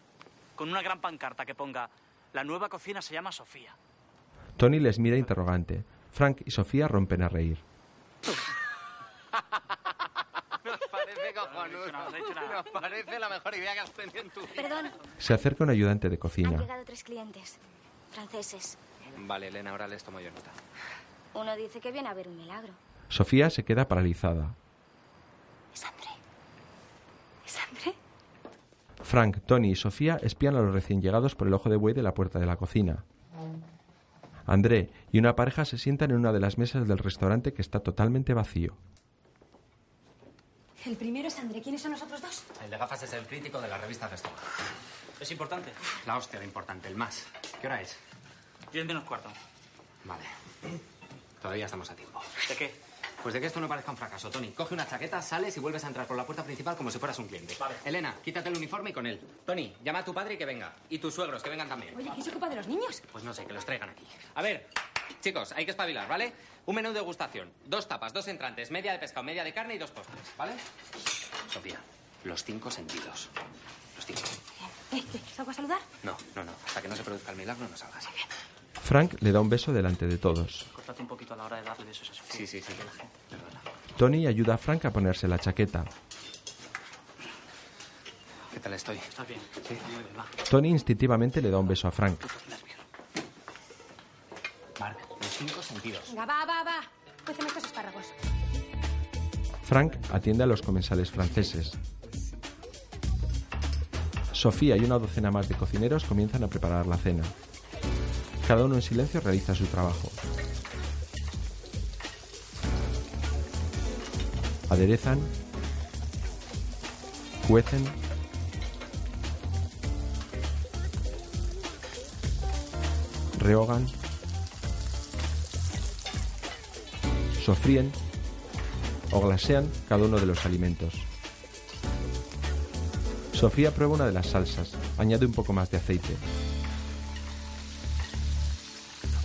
con una gran pancarta que ponga La nueva cocina se llama Sofía. Tony les mira interrogante. Frank y Sofía rompen a reír. Parece cojonudo. Nos parece la mejor idea que has tenido en tu vida. Perdón, Se acerca un ayudante de han cocina. llegado tres clientes, franceses. Vale, Elena, ahora les tomo yo nota. Uno dice que viene a ver un milagro. Sofía se queda paralizada. ¿Es hambre? Frank, Tony y Sofía espían a los recién llegados por el ojo de buey de la puerta de la cocina. André y una pareja se sientan en una de las mesas del restaurante que está totalmente vacío. El primero es André. ¿Quiénes son los otros dos? El de gafas es el crítico de la revista Gestón. ¿Es importante? La hostia de importante, el más. ¿Qué hora es? Diez menos cuarto. Vale. Todavía estamos a tiempo. ¿De qué? Pues de que esto no parezca un fracaso, Tony. Coge una chaqueta, sales y vuelves a entrar por la puerta principal como si fueras un cliente. Elena, quítate el uniforme y con él. Tony, llama a tu padre y que venga. Y tus suegros, que vengan también. Oye, ¿quién se ocupa de los niños? Pues no sé, que los traigan aquí. A ver, chicos, hay que espabilar, ¿vale? Un menú de degustación, dos tapas, dos entrantes, media de pescado, media de carne y dos postres, ¿vale? Sofía, los cinco sentidos. Los cinco. Eh, eh, ¿Salgo a saludar? No, no, no. Hasta que no se produzca el milagro, no salgas. Frank le da un beso delante de todos. Córtate un poquito a la hora de darle besos a Sofía. Sí, sí, sí. la gente. Tony ayuda a Frank a ponerse la chaqueta. ¿Qué tal estoy? ¿Estás bien? Sí. Muy bien, va. Tony instintivamente le da un beso a Frank. Vale, los cinco sentidos. Venga, va, va, va. Cuéntame estos espárragos. Frank atiende a los comensales franceses. Sofía y una docena más de cocineros comienzan a preparar la cena. Cada uno en silencio realiza su trabajo. Aderezan, cuecen, rehogan, sofríen o glasean cada uno de los alimentos. Sofía prueba una de las salsas, añade un poco más de aceite.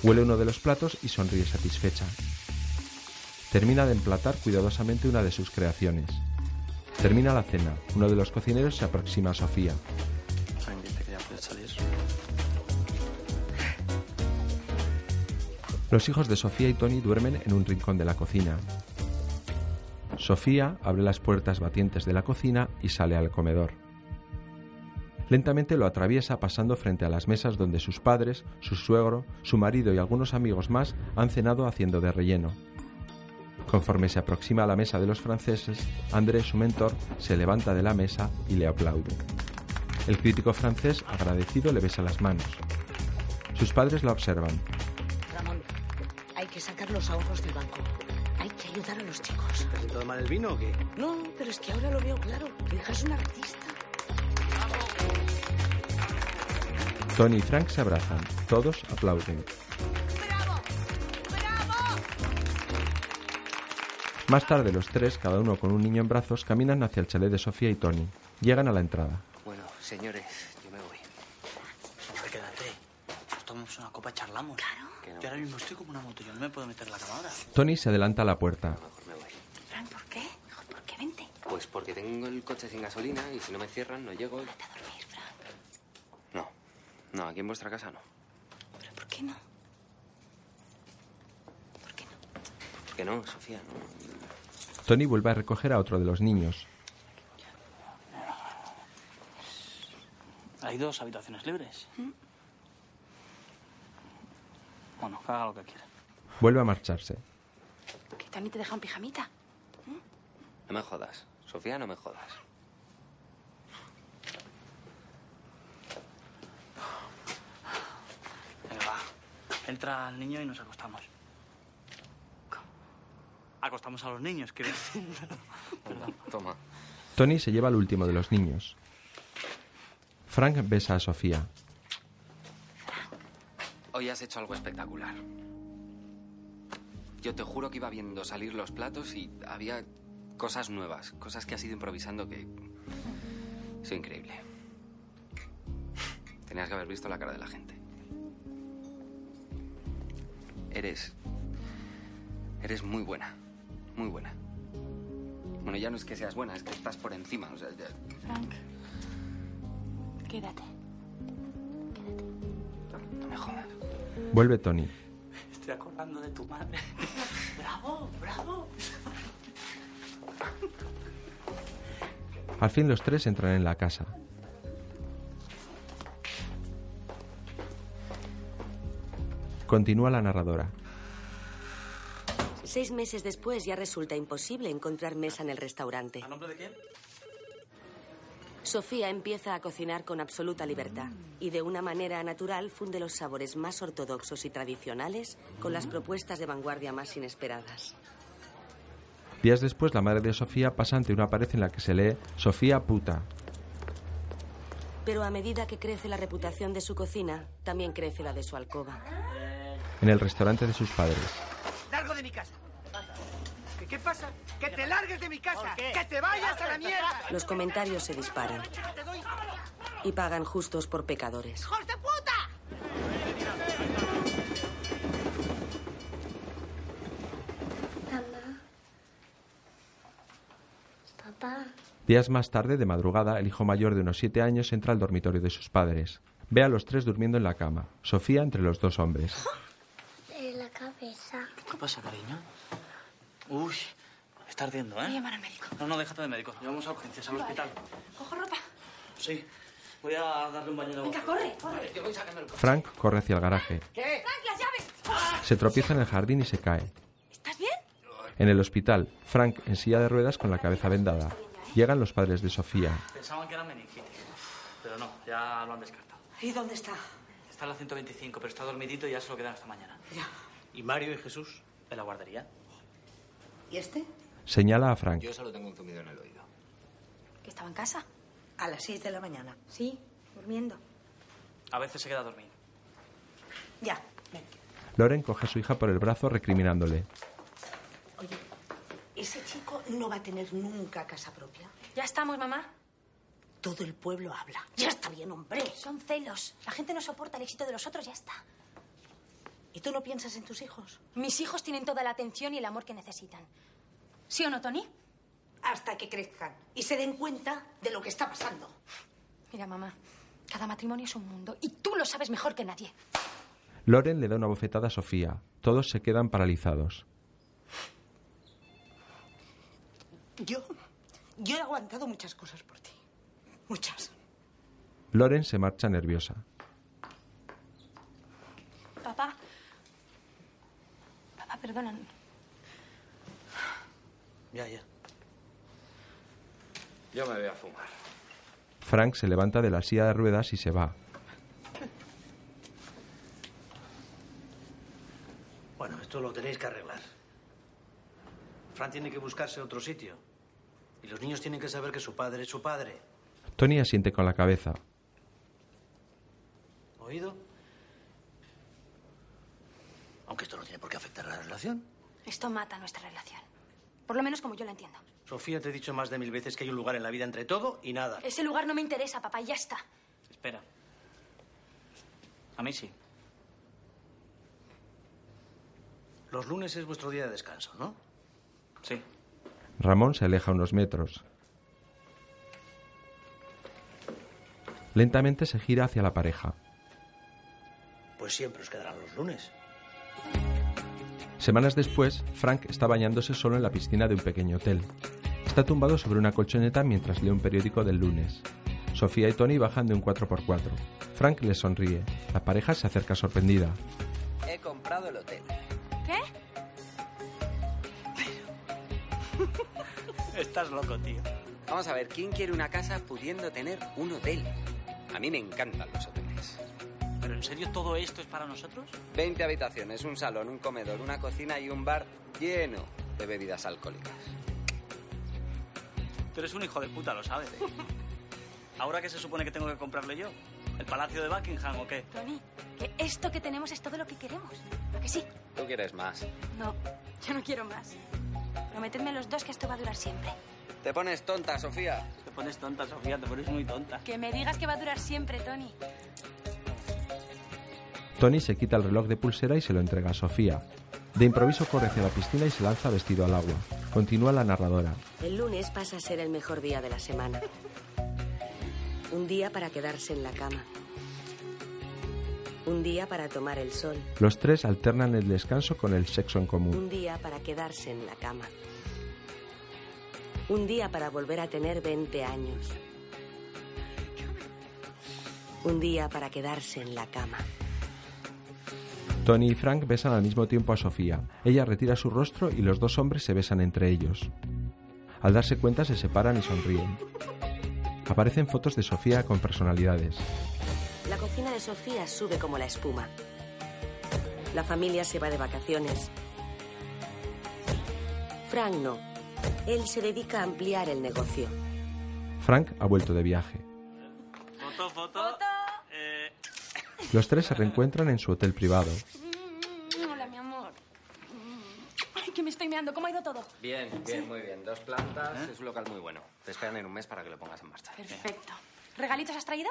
Huele uno de los platos y sonríe satisfecha. Termina de emplatar cuidadosamente una de sus creaciones. Termina la cena. Uno de los cocineros se aproxima a Sofía. Frank dice que ya puedes salir. Los hijos de Sofía y Tony duermen en un rincón de la cocina. Sofía abre las puertas batientes de la cocina y sale al comedor. Lentamente lo atraviesa pasando frente a las mesas donde sus padres, su suegro, su marido y algunos amigos más han cenado haciendo de relleno. Conforme se aproxima a la mesa de los franceses, André, su mentor, se levanta de la mesa y le aplaude. El crítico francés, agradecido, le besa las manos. Sus padres la observan. Ramón, hay que sacar los ahorros del banco. Hay que ayudar a los chicos. ¿Presentó de mal el vino o qué? No, pero es que ahora lo veo claro. Tu hija es una artista. Tony y Frank se abrazan. Todos aplauden. Más tarde los tres, cada uno con un niño en brazos, caminan hacia el chalet de Sofía y Tony. Llegan a la entrada. Bueno, señores, yo me voy. Hombre, quédate. Nos tomamos una copa y charlamos. Claro. Yo ahora mismo estoy como una moto. Yo no me puedo meter en la cama ahora. Tony se adelanta a la puerta. Frank, ¿por qué? Hijo, ¿Por qué vente? Pues porque tengo el coche sin gasolina y si no me cierran no llego. Vete a dormir, Frank. No, no, aquí en vuestra casa no. ¿Pero por qué no? Que no, Sofía, no. Tony vuelve a recoger a otro de los niños. Hay dos habitaciones libres. Bueno, que haga lo que quiera. Vuelve a marcharse. Que también te dejan pijamita. No me jodas. Sofía, no me jodas. Venga, va. Entra el niño y nos acostamos. Acostamos a los niños, quiero decir. Perdón. Toma. Tony se lleva al último de los niños. Frank besa a Sofía. Hoy has hecho algo espectacular. Yo te juro que iba viendo salir los platos y había cosas nuevas, cosas que has ido improvisando que... Es increíble. Tenías que haber visto la cara de la gente. Eres... Eres muy buena, muy buena. Bueno, ya no es que seas buena, es que estás por encima. o sea, ya- Frank, quédate. no me jodas. Vuelve Tony. *laughs* Estoy acordando de tu madre. ¡Bravo, bravo! Al fin los tres entran en la casa. Continúa la narradora. Seis meses después ya resulta imposible encontrar mesa en el restaurante. ¿Nombre de quién? Sofía empieza a cocinar con absoluta libertad y de una manera natural funde los sabores más ortodoxos y tradicionales con las propuestas de vanguardia más inesperadas. Días después, la madre de Sofía pasa ante una pared en la que se lee Sofía puta. Pero a medida que crece la reputación de su cocina, también crece la de su alcoba. en el restaurante de sus padres. Largo de mi casa. ¿Qué, qué pasa? ¡Que te largues de mi casa! ¡Que te vayas a la mierda! Los comentarios se disparan y pagan justos por pecadores. ¡Hijos de puta! Mamá. Papá. Días más tarde, de madrugada, el hijo mayor de unos siete años entra al dormitorio de sus padres. Ve a los tres durmiendo en la cama, Sofía entre los dos hombres. En la cabeza. ¿Qué pasa, cariño? Uy, está ardiendo, ¿eh? Voy a llamar al médico. No, no, déjate de médico. Llevamos a urgencias, al hospital. Cojo ropa. Sí. Voy a darle un baño de agua. Venga, corre, corre. Yo voy sacando el coche. Frank corre hacia el garaje. ¿Qué? ¡Frank, las llaves! Se tropieza en el jardín y se cae. ¿Estás bien? En el hospital, Frank en silla de ruedas con la cabeza vendada. Llegan los padres de Sofía. Pensaban que era meningitis. Pero no, ya lo han descartado. ¿Y dónde está? Está en la 125, pero está dormidito y ya se lo quedan hasta mañana. Ya. ¿Y Mario y Jesús? En la guardería. ¿Y este? Señala a Frank. solo tengo un zumido en el oído. ¿Que estaba en casa? A las 6 de la mañana. Sí, durmiendo. A veces se queda dormido. Ya. Loren coge a su hija por el brazo recriminándole. Oye, ese chico no va a tener nunca casa propia. Ya estamos, mamá. Todo el pueblo habla. Ya está bien, hombre. Son celos. La gente no soporta el éxito de los otros, ya está. ¿Y tú no piensas en tus hijos? Mis hijos tienen toda la atención y el amor que necesitan. ¿Sí o no, Tony? Hasta que crezcan y se den cuenta de lo que está pasando. Mira, mamá, cada matrimonio es un mundo y tú lo sabes mejor que nadie. Loren le da una bofetada a Sofía. Todos se quedan paralizados. Yo, yo he aguantado muchas cosas por ti. Muchas. Loren se marcha nerviosa. Papá. Papá, perdona. Ya, ya. Yo me voy a fumar. Frank se levanta de la silla de ruedas y se va. Bueno, esto lo tenéis que arreglar. Fran tiene que buscarse otro sitio. Y los niños tienen que saber que su padre es su padre. Tony asiente con la cabeza. ¿Oído? Aunque esto no tiene por qué afectar a la relación. Esto mata nuestra relación. Por lo menos como yo la entiendo. Sofía, te he dicho más de mil veces que hay un lugar en la vida entre todo y nada. Eh. Ese lugar no me interesa, papá, y ya está. Espera. A mí sí. Los lunes es vuestro día de descanso, ¿no? Sí. Ramón se aleja unos metros. Lentamente se gira hacia la pareja. Pues siempre os quedarán los lunes. Semanas después, Frank está bañándose solo en la piscina de un pequeño hotel. Está tumbado sobre una colchoneta mientras lee un periódico del lunes. Sofía y Tony bajan de un 4x4. Frank les sonríe. La pareja se acerca sorprendida. He comprado el hotel. ¿Qué? Estás loco, tío. Vamos a ver, ¿quién quiere una casa pudiendo tener un hotel? A mí me encantan los hoteles. ¿Pero en serio todo esto es para nosotros? 20 habitaciones, un salón, un comedor, una cocina y un bar lleno de bebidas alcohólicas. *laughs* Tú eres un hijo de puta, lo sabes. ¿Ahora qué se supone que tengo que comprarle yo? ¿El palacio de Buckingham o qué? Tony, que esto que tenemos es todo lo que queremos. ¿A que sí? Tú quieres más. No, yo no quiero más. Prometedme los dos que esto va a durar siempre. Te pones tonta, Sofía. Te pones tonta, Sofía, te pones muy tonta. Que me digas que va a durar siempre, Tony. Tony se quita el reloj de pulsera y se lo entrega a Sofía. De improviso corre hacia la piscina y se lanza vestido al agua. Continúa la narradora. El lunes pasa a ser el mejor día de la semana. Un día para quedarse en la cama. Un día para tomar el sol. Los tres alternan el descanso con el sexo en común. Un día para quedarse en la cama. Un día para volver a tener 20 años. Un día para quedarse en la cama. Tony y Frank besan al mismo tiempo a Sofía. Ella retira su rostro y los dos hombres se besan entre ellos. Al darse cuenta se separan y sonríen. Aparecen fotos de Sofía con personalidades. La cocina de Sofía sube como la espuma. La familia se va de vacaciones. Frank no. Él se dedica a ampliar el negocio. Frank ha vuelto de viaje. Foto, foto. Los tres se reencuentran en su hotel privado. Mm, Hola, mi amor. Mm. Ay, que me estoy meando. ¿Cómo ha ido todo? Bien, bien, muy bien. Dos plantas, ¿Eh? es un local muy bueno. Te esperan en un mes para que lo pongas en marcha. Perfecto. ¿Regalitos has traído?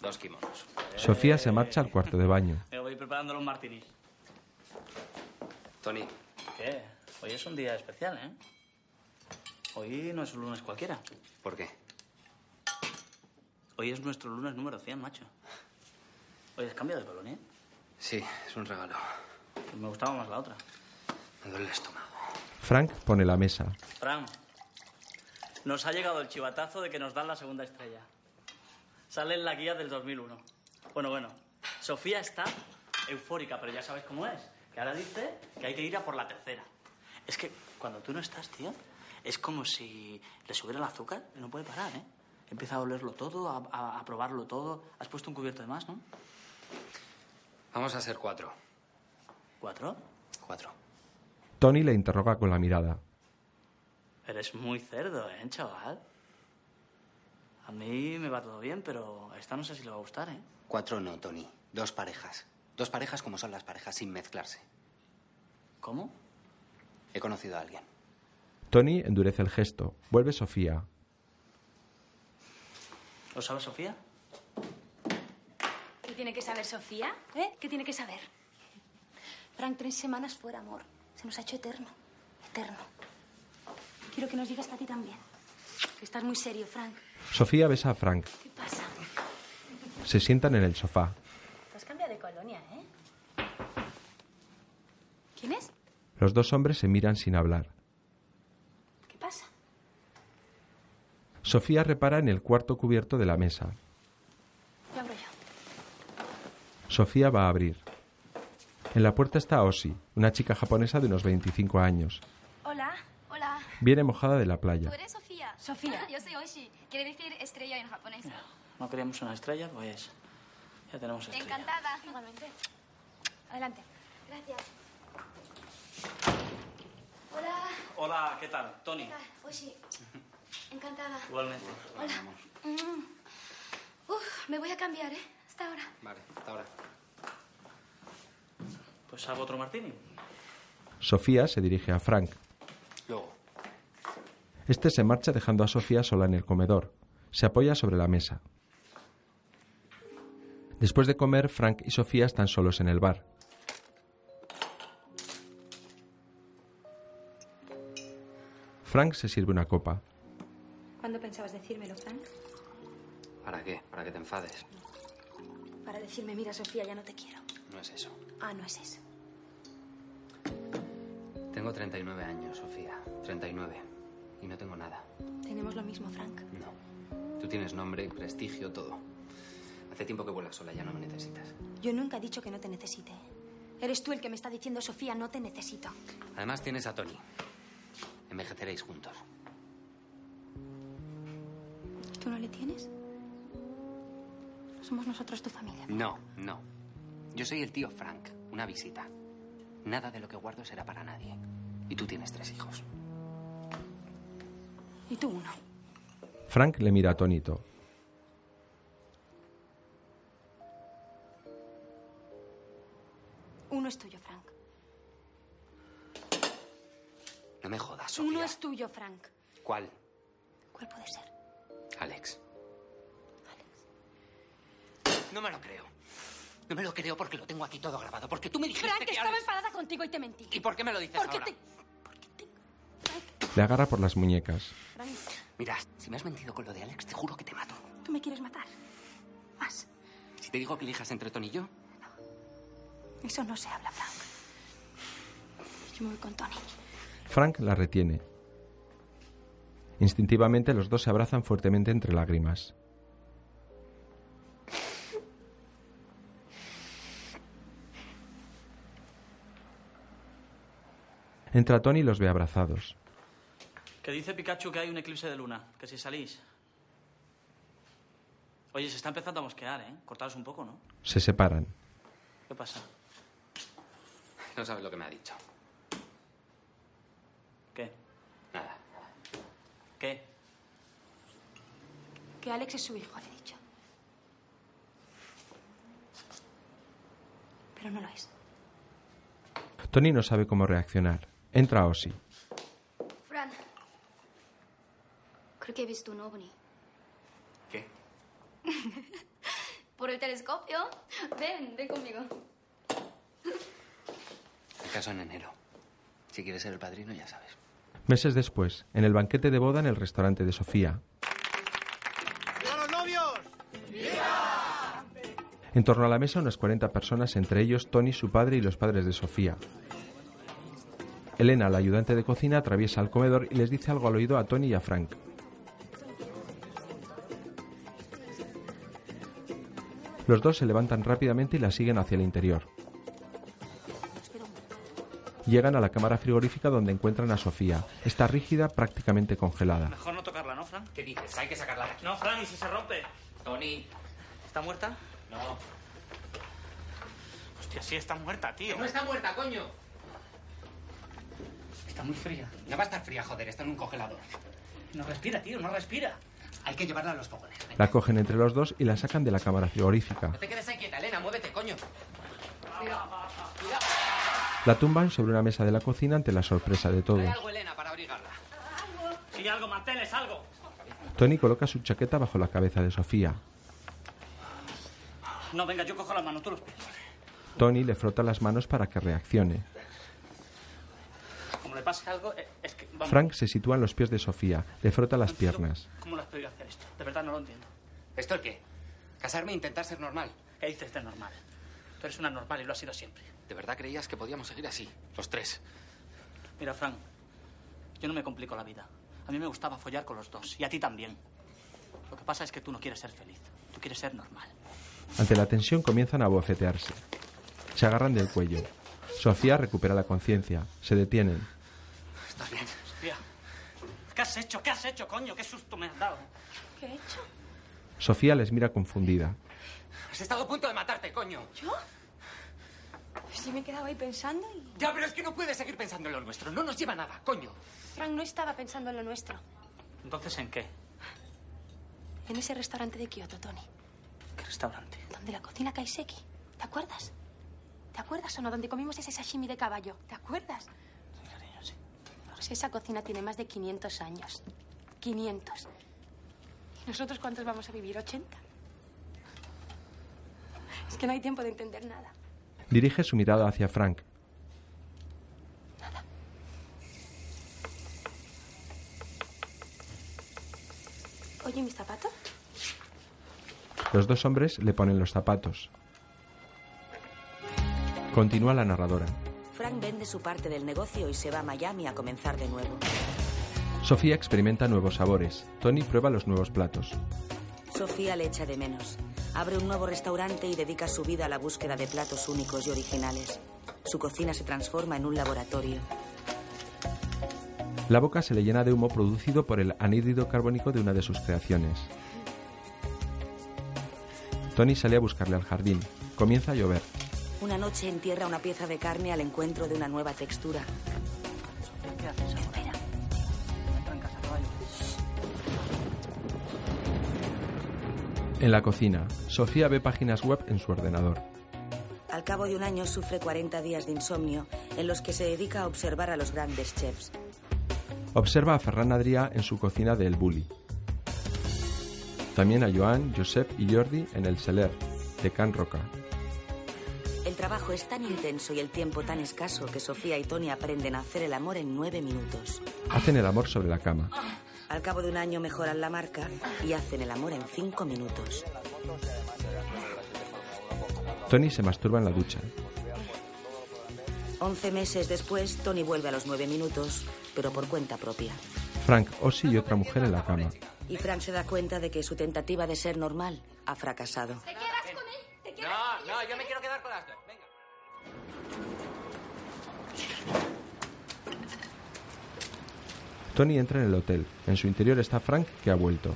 Dos kimonos. Sofía se marcha al cuarto de baño. Me voy preparando los martinis. Tony, ¿Qué? Hoy es un día especial, ¿eh? Hoy no es un lunes cualquiera. ¿por qué? Hoy es nuestro lunes número 100, macho. Oye, has cambiado de colonia. Sí, es un regalo. Me gustaba más la otra. Me duele el estómago. Frank pone la mesa. Fran, nos ha llegado el chivatazo de que nos dan la segunda estrella. Sale en la guía del 2001. Bueno, bueno, Sofía está eufórica, pero ya sabes cómo es. Que ahora dice que hay que ir a por la tercera. Es que cuando tú no estás, tío, es como si le subiera el azúcar y no puede parar, ¿eh? Empieza a olerlo todo, a, a- a probarlo todo. Has puesto un cubierto de más, ¿no? Vamos a hacer cuatro. ¿Cuatro? Cuatro. Tony le interroga con la mirada. Eres muy cerdo, ¿eh, chaval? A mí me va todo bien, pero a esta no sé si le va a gustar, ¿eh? Cuatro no, Tony. Dos parejas. Dos parejas como son las parejas, sin mezclarse. ¿Cómo? He conocido a alguien. Tony endurece el gesto. Vuelve Sofía. ¿Lo sabe Sofía? ¿Qué tiene que saber Sofía? ¿Eh? ¿Qué tiene que saber? Frank, tres semanas fuera, amor. Se nos ha hecho eterno. Eterno. Quiero que nos digas a ti también. Que estás muy serio, Frank. Sofía besa a Frank. ¿Qué pasa? Se sientan en el sofá. Te has cambiado de colonia, ¿eh? ¿Quién es? Los dos hombres se miran sin hablar. ¿Qué pasa? Sofía repara en el cuarto cubierto de la mesa. Lo abro yo. Sofía va a abrir. En la puerta está Oshi, una chica japonesa de unos 25 años. Hola. Hola. Viene mojada de la playa. eres Sofía? Sofía. *laughs* Yo soy Oshi. Quiere decir estrella en japonés. No queríamos una estrella, pues ya tenemos estrella. Encantada. Igualmente. Adelante. Gracias. Hola. Hola, ¿qué tal? Tony. Oshi. Encantada. Igualmente. Hola. Mm. Uf, me voy a cambiar, ¿eh? Hasta ahora. Vale, hasta ahora. Pues hago otro martini. Sofía se dirige a Frank. Luego. Este se marcha dejando a Sofía sola en el comedor. Se apoya sobre la mesa. Después de comer, Frank y Sofía están solos en el bar. Frank se sirve una copa. ¿Cuándo pensabas decírmelo, Frank? ¿Para qué? Para que te enfades. Para decirme, mira, Sofía, ya no te quiero. No es eso. Ah, no es eso. Tengo 39 años, Sofía. 39. Y no tengo nada. Tenemos lo mismo, Frank. No. Tú tienes nombre, prestigio, todo. Hace tiempo que vuelas sola, ya no me necesitas. Yo nunca he dicho que no te necesite. ¿eh? Eres tú el que me está diciendo, Sofía, no te necesito. Además tienes a Tony. Envejeceréis juntos. ¿Y tú no le tienes? Somos nosotros tu familia. No, no. Yo soy el tío Frank. Una visita. Nada de lo que guardo será para nadie. Y tú tienes tres hijos. Y tú uno. Frank le mira atónito. No me jodas, Uno Sofía. es tuyo, Frank. ¿Cuál? ¿Cuál puede ser? Alex. No me lo creo. No me lo creo porque lo tengo aquí todo grabado. Porque tú me dijiste Frank, que estaba Alex- enfadada contigo y te mentí. ¿Y por qué me lo dices Porque ahora? te... Le agarra por las muñecas. Frank, Mira, si me has mentido con lo de Alex, te juro que te mato. tú me quieres matar. Más. Si te digo que elijas entre Tony y yo, Eso no se habla, Frank. Yo me voy con Tony. Frank la retiene. Instintivamente los dos se abrazan fuertemente entre lágrimas. Entra Tony y los ve abrazados. Que dice Pikachu que hay un eclipse de luna, que si salís. Oye, se está empezando a mosquear, ¿eh? Cortaos un poco, ¿no? Se separan. ¿Qué pasa? no sabes lo que me ha dicho. ¿Qué? Nada. ¿Qué? Que Alex es su hijo, le he dicho. Pero no lo es. Tony no sabe cómo reaccionar. Entra Ozzy. Fran, creo que he visto un ovni. ¿Qué? ¿Por el telescopio? Ven, ven conmigo. El caso en enero. Si quieres ser el padrino, ya sabes. Meses después, en el banquete de boda en el restaurante de Sofía, ¡Viva los novios! en torno a la mesa unas 40 personas, entre ellos Tony, su padre y los padres de Sofía. Elena, la ayudante de cocina, atraviesa el comedor y les dice algo al oído a Tony y a Frank. Los dos se levantan rápidamente y la siguen hacia el interior. Llegan a la cámara frigorífica donde encuentran a Sofía. Está rígida, prácticamente congelada. Mejor no tocarla, ¿no, Fran? ¿Qué dices? Hay que sacarla de aquí. No, Fran, ¿y si se rompe? Tony. ¿Está muerta? No. Hostia, sí, está muerta, tío. No está muerta, coño. Está muy fría. No va a estar fría, joder. Está en un congelador. No respira, tío, no respira. Hay que llevarla a los fogones. La cogen entre los dos y la sacan de la cámara frigorífica. No te quedes ahí quieta, Elena. Muévete, coño. La tumban sobre una mesa de la cocina ante la sorpresa de todos. Elena, para abrigarla. Sí, algo, manteles, algo. Tony coloca su chaqueta bajo la cabeza de Sofía. No, venga, yo cojo la mano, tú los pies. Tony le frota las manos para que reaccione. Como le pase algo, eh, es que... vamos, Frank se sitúa en los pies de Sofía, le frota las piernas. ¿Cómo lo has podido hacer esto? De verdad no lo entiendo. ¿Esto el qué? Casarme e intentar ser normal. ¿Qué dices de normal? Tú eres una normal y lo has sido siempre. ¿De verdad creías que podíamos seguir así? Los tres. Mira, Frank, yo no me complico la vida. A mí me gustaba follar con los dos, y a ti también. Lo que pasa es que tú no quieres ser feliz, tú quieres ser normal. Ante la tensión comienzan a bofetearse. Se agarran del cuello. Sofía recupera la conciencia. Se detienen. ¿Estás bien? Hostia. ¿Qué has hecho? ¿Qué has hecho, coño? ¿Qué susto me has dado? ¿Qué he hecho? Sofía les mira confundida. Has estado a punto de matarte, coño. ¿Yo? Pues Sí me he quedado ahí pensando y... Ya, pero es que no puedes seguir pensando en lo nuestro. No nos lleva a nada, coño. Frank no estaba pensando en lo nuestro. Entonces, ¿en qué? En ese restaurante de Kioto, Tony. ¿Qué restaurante? Donde la cocina Kaiseki. ¿Te acuerdas? ¿Te acuerdas o no? Donde comimos ese sashimi de caballo. ¿Te acuerdas? Pues esa cocina tiene más de 500 años. 500. ¿Y nosotros cuántos vamos a vivir? ¿80? Es que no hay tiempo de entender nada. Dirige su mirada hacia Frank. Oye, ¿mis zapatos? Los dos hombres le ponen los zapatos. Continúa la narradora. Frank vende su parte del negocio y se va a Miami a comenzar de nuevo. Sofía experimenta nuevos sabores. Tony prueba los nuevos platos. Sofía le echa de menos. Abre un nuevo restaurante y dedica su vida a la búsqueda de platos únicos y originales. Su cocina se transforma en un laboratorio. La boca se le llena de humo producido por el anhídrido carbónico de una de sus creaciones. Tony sale a buscarle al jardín. Comienza a llover. Una noche entierra una pieza de carne al encuentro de una nueva textura. ¿Qué haces ahora? Entra en casa, caballo. En la cocina, Sofía ve páginas web en su ordenador. Al cabo de un año sufre 40 días de insomnio en los que se dedica a observar a los grandes chefs. Observa a Ferran Adrià en su cocina de El Bulli. También a Joan, Josep y Jordi en el Seler, de Can Roca. El trabajo es tan intenso y el tiempo tan escaso que Sofía y Tony aprenden a hacer el amor en nueve minutos. Hacen el amor sobre la cama. Al cabo de un año mejoran la marca y hacen el amor en cinco minutos. Tony se masturba en la ducha. Once meses después, Tony vuelve a los nueve minutos, pero por cuenta propia. Frank, Ossie y otra mujer en la cama. Y Frank se da cuenta de que su tentativa de ser normal ha fracasado. No, no, yo me quiero quedar con las dos. Venga. Tony entra en el hotel. En su interior está Frank, que ha vuelto.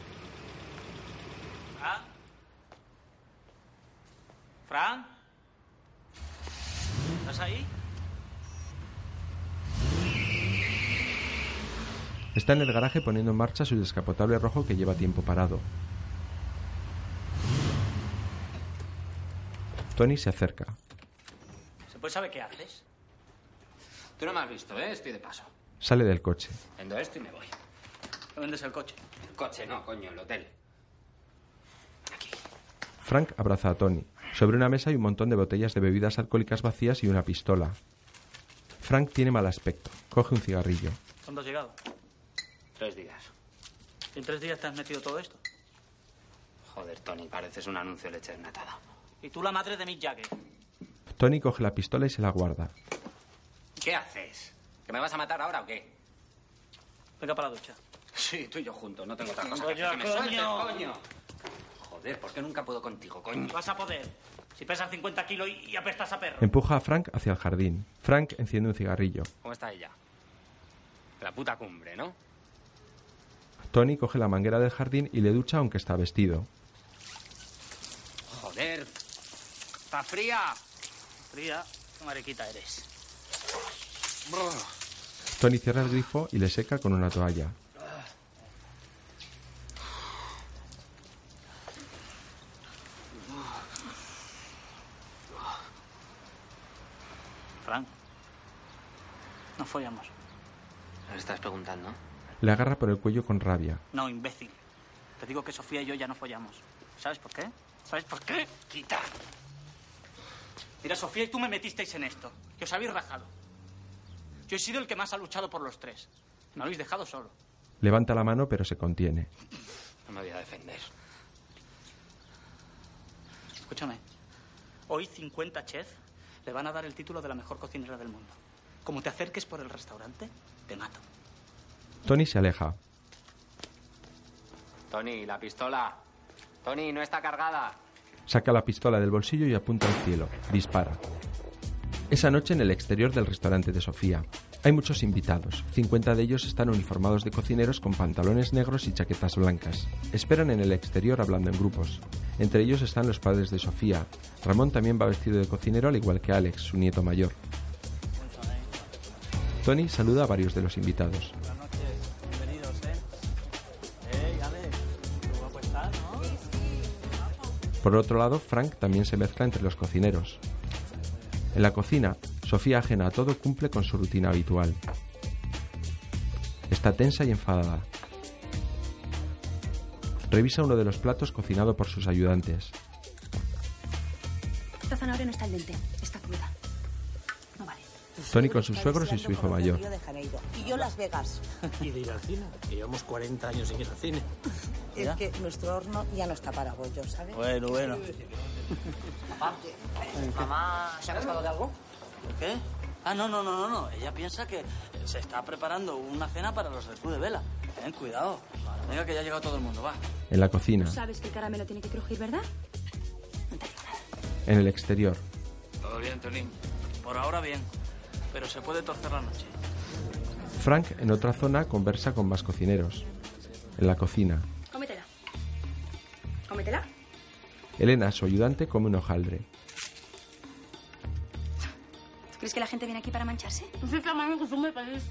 ¿Fran? ¿Estás ahí? Está en el garaje poniendo en marcha su descapotable rojo que lleva tiempo parado. Tony se acerca. ¿Se puede saber qué haces? Tú no me has visto, ¿eh? Estoy de paso. Sale del coche. Vendo esto y me voy. ¿Dónde vendes el coche? El coche no, coño, el hotel. Frank abraza a Tony. Sobre una mesa hay un montón de botellas de bebidas alcohólicas vacías y una pistola. Frank tiene mal aspecto. Coge un cigarrillo. ¿Cuándo has llegado? Tres días. ¿En tres días te has metido todo esto? Joder, Tony, pareces un anuncio de leche desnatada. Y tú la madre de Mick Jagger. Tony coge la pistola y se la guarda. ¿Qué haces? ¿Que me vas a matar ahora o qué? Venga para la ducha. Sí, tú y yo juntos, no tengo otra cosa que Coño, hacer. Que me sueltes, coño. coño! Mm. Joder, ¿por qué nunca puedo contigo, coño? Vas a poder. Si pesas 50 kilos y, y apestas a perro. Empuja a Frank hacia el jardín. Frank enciende un cigarrillo. ¿Cómo está ella? La puta cumbre, ¿no? Tony coge la manguera del jardín y le ducha aunque está vestido. Joder. Está fría. Fría, qué mariquita eres. Tony cierra el grifo y le seca con una toalla. Frank. Nos follamos. ¿Me estás preguntando? Le agarra por el cuello con rabia. No, imbécil. Te digo que Sofía y yo ya no follamos. ¿Sabes por qué? ¿Sabes por qué? Quita. Mira, Sofía y tú me metisteis en esto. Que os habéis rajado. Yo he sido el que más ha luchado por los tres. Me habéis dejado solo. Levanta la mano pero se contiene. No me voy a defender. Escúchame. Hoy 50 chefs le van a dar el título de la mejor cocinera del mundo. Como te acerques por el restaurante, te mato. Tony se aleja. Tony, la pistola. Tony, no está cargada. Saca la pistola del bolsillo y apunta al cielo. Dispara. Esa noche en el exterior del restaurante de Sofía. Hay muchos invitados. 50 de ellos están uniformados de cocineros con pantalones negros y chaquetas blancas. Esperan en el exterior hablando en grupos. Entre ellos están los padres de Sofía. Ramón también va vestido de cocinero al igual que Alex, su nieto mayor. Tony saluda a varios de los invitados. Bienvenidos, ¿eh? Hey, Alex, qué guapo estás, ¿no? Por otro lado, Frank también se mezcla entre los cocineros. En la cocina, Sofía ajena a todo cumple con su rutina habitual. Está tensa y enfadada. Revisa uno de los platos cocinado por sus ayudantes. Esta zanahoria no está al dente, está cruda. No vale. Tony con sus suegros y su hijo mayor. Río de Janeiro. Y yo Las Vegas. Y de ir al cine. que Llevamos 40 años sin ir al cine. Es que nuestro horno ya no está para bollos, ¿sabes? Bueno, bueno. Papá, mamá, ¿se ha acordado de algo? ¿Por qué? Ah, no, no, no, no, no. Ella piensa que eh, se está preparando una cena para los del club de vela. Ten cuidado. Venga, que ya ha llegado todo el mundo, va. En la cocina, Sabes que el caramelo tiene que crujir, ¿verdad? en el exterior. ¿Todo bien, Tony? Por ahora bien. Pero se puede torcer la noche. Frank, en otra zona, conversa con más cocineros. En la cocina, Cómetela. Cómetela. Elena, su ayudante, come un hojaldre. ¿Tú crees que la gente viene aquí para mancharse?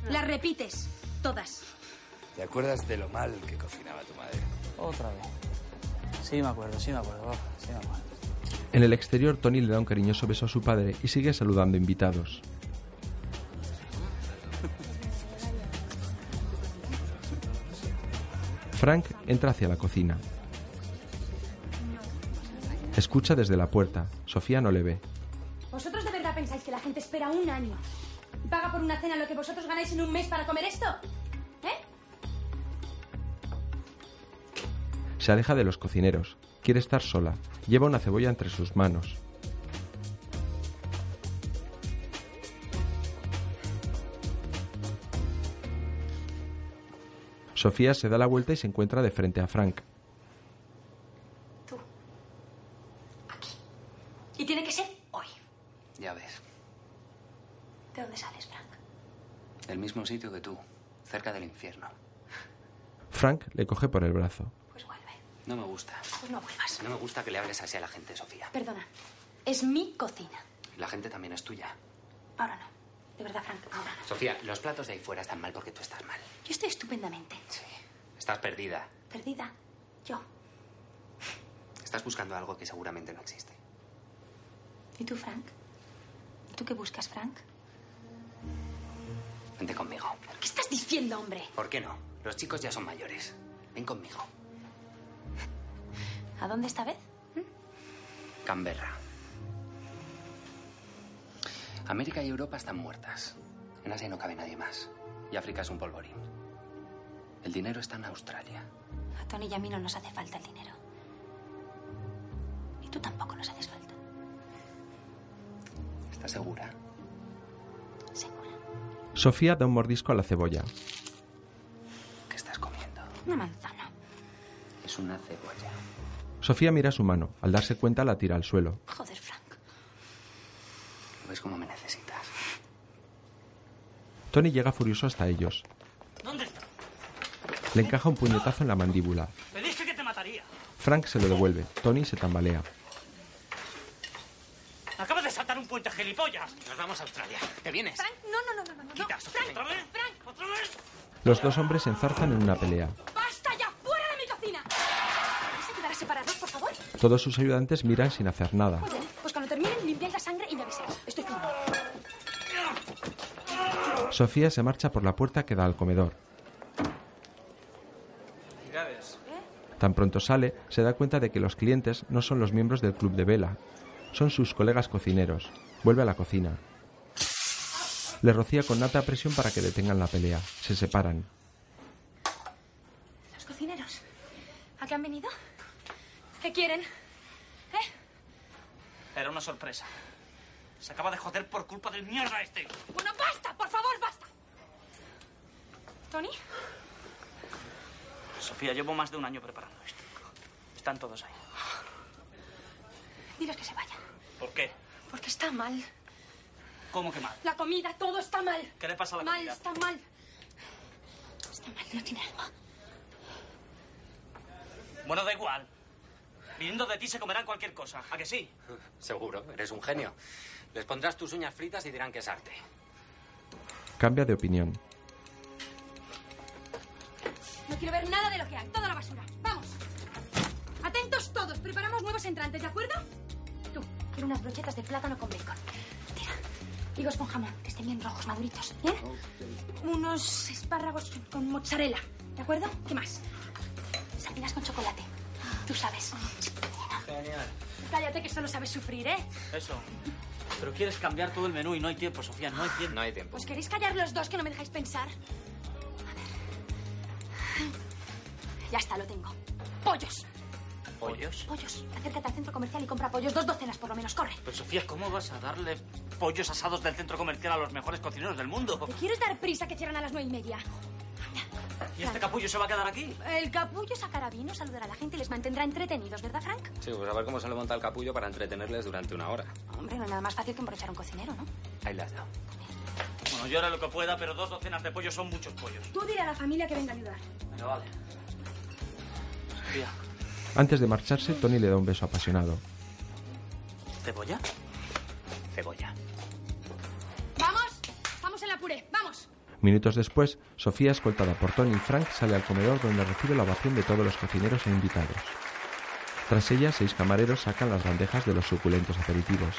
Las repites. Todas. ¿Te acuerdas de lo mal que cocinaba tu madre? Otra vez. Sí, me acuerdo, sí me acuerdo. va, Sí me acuerdo. En el exterior, Tony le da un cariñoso beso a su padre y sigue saludando invitados. Frank entra hacia la cocina. Escucha desde la puerta. Sofía no le ve. ¿Vosotros de verdad pensáis que la gente espera un año y paga por una cena lo que vosotros ganáis en un mes para comer esto? ¿Eh? Se aleja de los cocineros. Quiere estar sola. Lleva una cebolla entre sus manos. Sofía se da la vuelta y se encuentra de frente a Frank. Y tiene que ser hoy. Ya ves. ¿De dónde sales, Frank? Del mismo sitio que tú, cerca del infierno. Frank le coge por el brazo. No me gusta. Pues no vuelvas. No me gusta que le hables así a la gente, Sofía. Perdona, es mi cocina. La gente también es tuya. Ahora no. De verdad, Frank, ahora no. Sofía, los platos de ahí fuera están mal porque tú estás mal. Yo estoy estupendamente. Sí. Estás perdida. Perdida. Yo. Estás buscando algo que seguramente no existe. ¿Y tú, Frank? ¿Tú qué buscas, Frank? Vente conmigo. ¿Qué estás diciendo, hombre? ¿Por qué no? Los chicos ya son mayores. Ven conmigo. ¿A dónde esta vez? Canberra. América y Europa están muertas. En Asia no cabe nadie más. Y África es un polvorín. El dinero está en Australia. A Tony y a mí no nos hace falta el dinero. Y tú tampoco nos haces falta. ¿Estás segura? Sofía da un mordisco a la cebolla. ¿Qué estás comiendo? Una manzana. Es una cebolla. Sofía mira su mano. Al darse cuenta la tira al suelo. Joder, Frank. ¿Ves cómo me necesitas? Tony llega furioso hasta ellos. ¿Dónde está? Le encaja un puñetazo en la mandíbula. Te dije que te mataría. Frank se lo devuelve. Tony se tambalea. Acabas de saltar un puente, gilipollas. Nos vamos a Australia. ¿Te vienes? Frank, no, no, no, no, no, no. Frank, ¿Otra vez? Frank, ¿Otra vez? Los dos hombres se enzarzan en una pelea. ¡Basta ya! ¡Fuera de mi cocina! ¿Vais a quedar separados, por favor? Todos sus ayudantes miran sin hacer nada. Muy bien. Pues cuando terminen, limpiáis la sangre y me avisáis. Estoy firme. Sofía se marcha por la puerta que da al comedor. Tan pronto sale, se da cuenta de que los clientes no son los miembros del club de vela, son sus colegas cocineros. Vuelve a la cocina. Le rocía con nata presión para que detengan la pelea. Se separan. Los cocineros. ¿A qué han venido? ¿Qué quieren? ¿Eh? Era una sorpresa. Se acaba de joder por culpa del mierda este. Bueno, basta, por favor, basta. Tony, Sofía, llevo más de un año preparando esto. Están todos ahí. diles que se vayan. ¿Por qué? Porque está mal. ¿Cómo que mal? La comida, todo está mal. ¿Qué le pasa a la mal, comida? está mal. Está mal, no tiene algo. Bueno, da igual. Viniendo de ti se comerán cualquier cosa. ¿A que sí? Seguro, eres un genio. Les pondrás tus uñas fritas y dirán que es arte. Cambia de opinión. No quiero ver nada de lo que hay, toda la basura. Vamos. Atentos todos, preparamos nuevos entrantes, ¿de acuerdo? Tú, quiero unas brochetas de plátano con bacon. Tira. Higos con jamón, que estén bien rojos, maduritos, ¿bien? Unos espárragos con mozzarella, ¿de acuerdo? ¿Qué más? Sardinas con chocolate. Tú sabes. Genial. Cállate que solo sabes sufrir, ¿eh? Eso. Pero quieres cambiar todo el menú y no hay tiempo, Sofía, no hay tiempo. No hay tiempo. ¿Os queréis callar los dos que no me dejáis pensar? A ver. Ya está, lo tengo. Pollos. ¿Pollos? Pollos. Acércate al centro comercial y compra pollos. Dos docenas por lo menos, corre. Pero Sofía, ¿cómo vas a darle pollos asados del centro comercial a los mejores cocineros del mundo? ¿Te quieres dar prisa que cierran a las nueve y media? ¿Y este capullo se va a quedar aquí? El capullo sacará vino, saludará a la gente y les mantendrá entretenidos, ¿verdad, Frank? Sí, pues a ver cómo se le monta el capullo para entretenerles durante una hora. Hombre, no hay nada más fácil que embrochar a un cocinero, ¿no? Ahí las dado. Bueno, yo haré lo que pueda, pero dos docenas de pollos son muchos pollos. Tú dile a la familia que venga a ayudar. Venga, vale. Sofía, Antes de marcharse, Tony le da un beso apasionado. ¿cebolla? Cebolla. ¡Vamos! ¡Vamos en la puré! ¡Vamos! Minutos después, Sofía, escoltada por Tony y Frank, sale al comedor donde recibe la ovación de todos los cocineros e invitados. Tras ella, seis camareros sacan las bandejas de los suculentos aperitivos.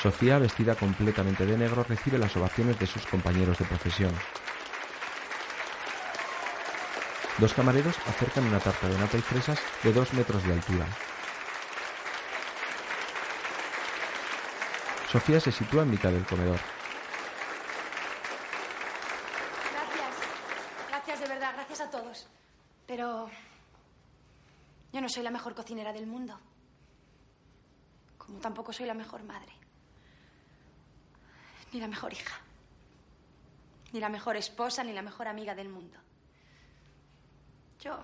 Sofía, vestida completamente de negro, recibe las ovaciones de sus compañeros de profesión. Dos camareros acercan una tarta de nata y fresas de dos metros de altura. Sofía se sitúa en mitad del comedor. Gracias. Gracias, de verdad. Gracias a todos. Pero... Yo no soy la mejor cocinera del mundo. Como tampoco soy la mejor madre. Ni la mejor hija. Ni la mejor esposa, ni la mejor amiga del mundo. Yo...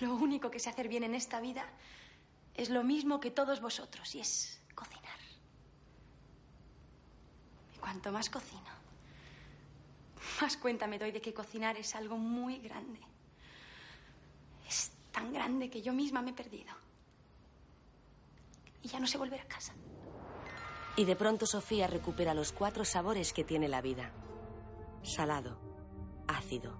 Lo único que sé hacer bien en esta vida es lo mismo que todos vosotros, y es cocinar. Y cuanto más cocino, más cuenta me doy de que cocinar es algo muy grande. Es tan grande que yo misma me he perdido. Y ya no sé volver a casa. Y de pronto Sofía recupera los cuatro sabores que tiene la vida. Salado, ácido,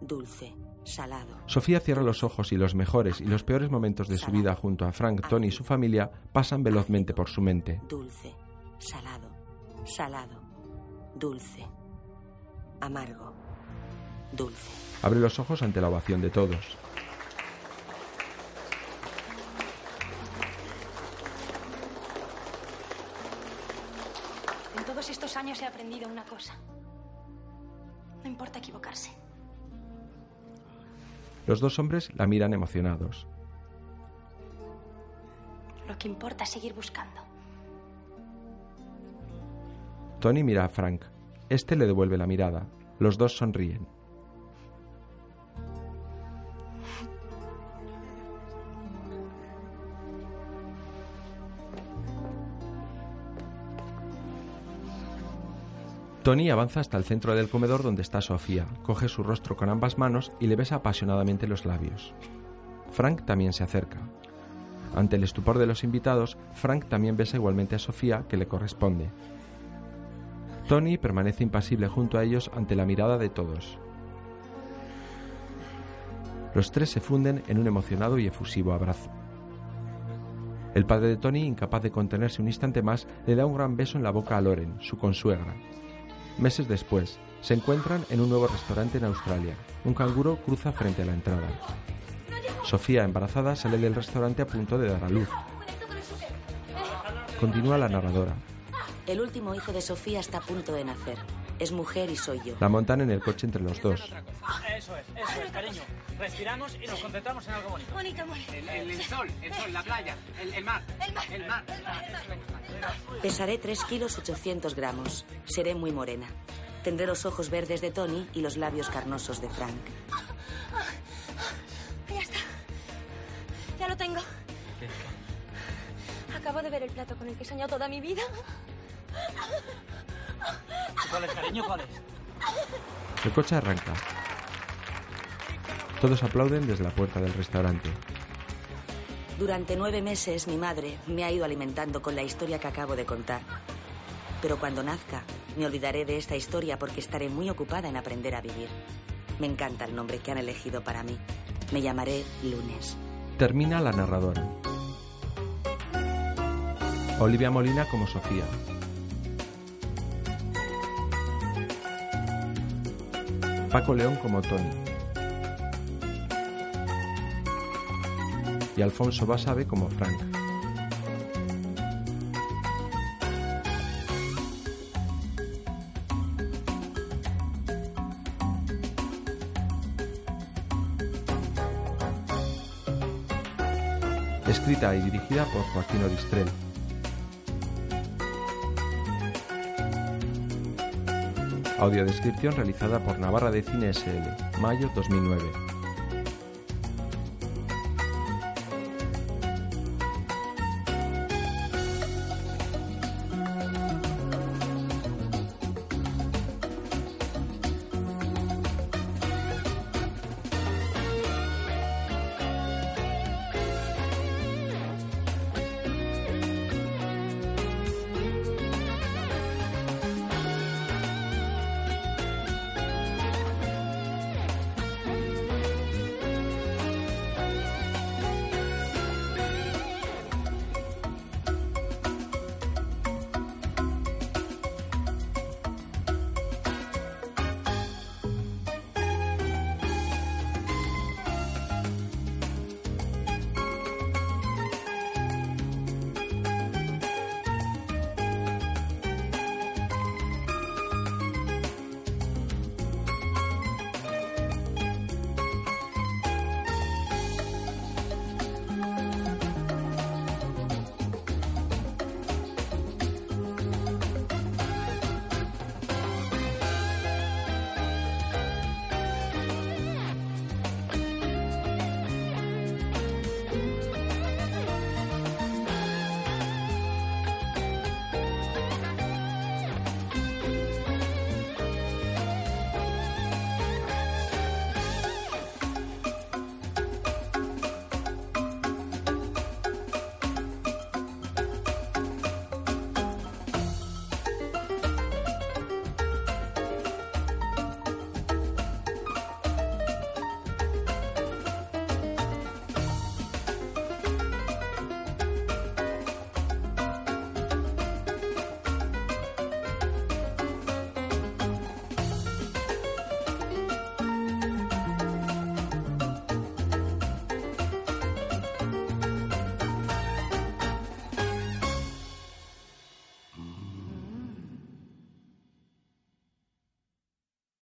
dulce, salado. Sofía cierra los ojos y los mejores y los peores momentos de su vida junto a Frank, Tony y su familia pasan velozmente por su mente. dulce, salado, salado, dulce, amargo, dulce. Abre los ojos ante la ovación de todos. En todos estos años he aprendido una cosa. No importa equivocarse. Los dos hombres la miran emocionados. Lo que importa es seguir buscando. Tony mira a Frank. Este le devuelve la mirada. Los dos sonríen. Tony avanza hasta el centro del comedor donde está Sofía, coge su rostro con ambas manos y le besa apasionadamente los labios. Frank también se acerca. Ante el estupor de los invitados, Frank también besa igualmente a Sofía, que le corresponde. Tony permanece impasible junto a ellos ante la mirada de todos. Los tres se funden en un emocionado y efusivo abrazo. El padre de Tony, incapaz de contenerse un instante más, le da un gran beso en la boca a Loren, su consuegra. Meses después, se encuentran en un nuevo restaurante en Australia. Un canguro cruza frente a la entrada. Sofía, embarazada, sale del restaurante a punto de dar a luz. Continúa la narradora. El último hijo de Sofía está a punto de nacer. Es mujer y soy yo. La montan en el coche entre los dos. Eso es, eso es, cariño. Respiramos y nos concentramos en algo bonito. Bonito, amor. El, sol, el sol, la playa, el, mar. El mar. El mar. Pesaré 3 kilos 800 gramos. Seré muy morena. Tendré los ojos verdes de Tony y los labios carnosos de Frank. Ya está. Ya lo tengo. Acabo de ver el plato con el que he soñado toda mi vida. ¿Cuál es, cariño? ¿Cuál es? El coche arranca. Todos aplauden desde la puerta del restaurante. Durante nueve meses mi madre me ha ido alimentando con la historia que acabo de contar. Pero cuando nazca, me olvidaré de esta historia porque estaré muy ocupada en aprender a vivir. Me encanta el nombre que han elegido para mí. Me llamaré Lunes. Termina la narradora. Olivia Molina como Sofía. Paco León como Tony. Y Alfonso Basabe como Frank. Escrita y dirigida por Joaquín Oristrel. Audiodescripción realizada por Navarra de Cine SL, mayo 2009.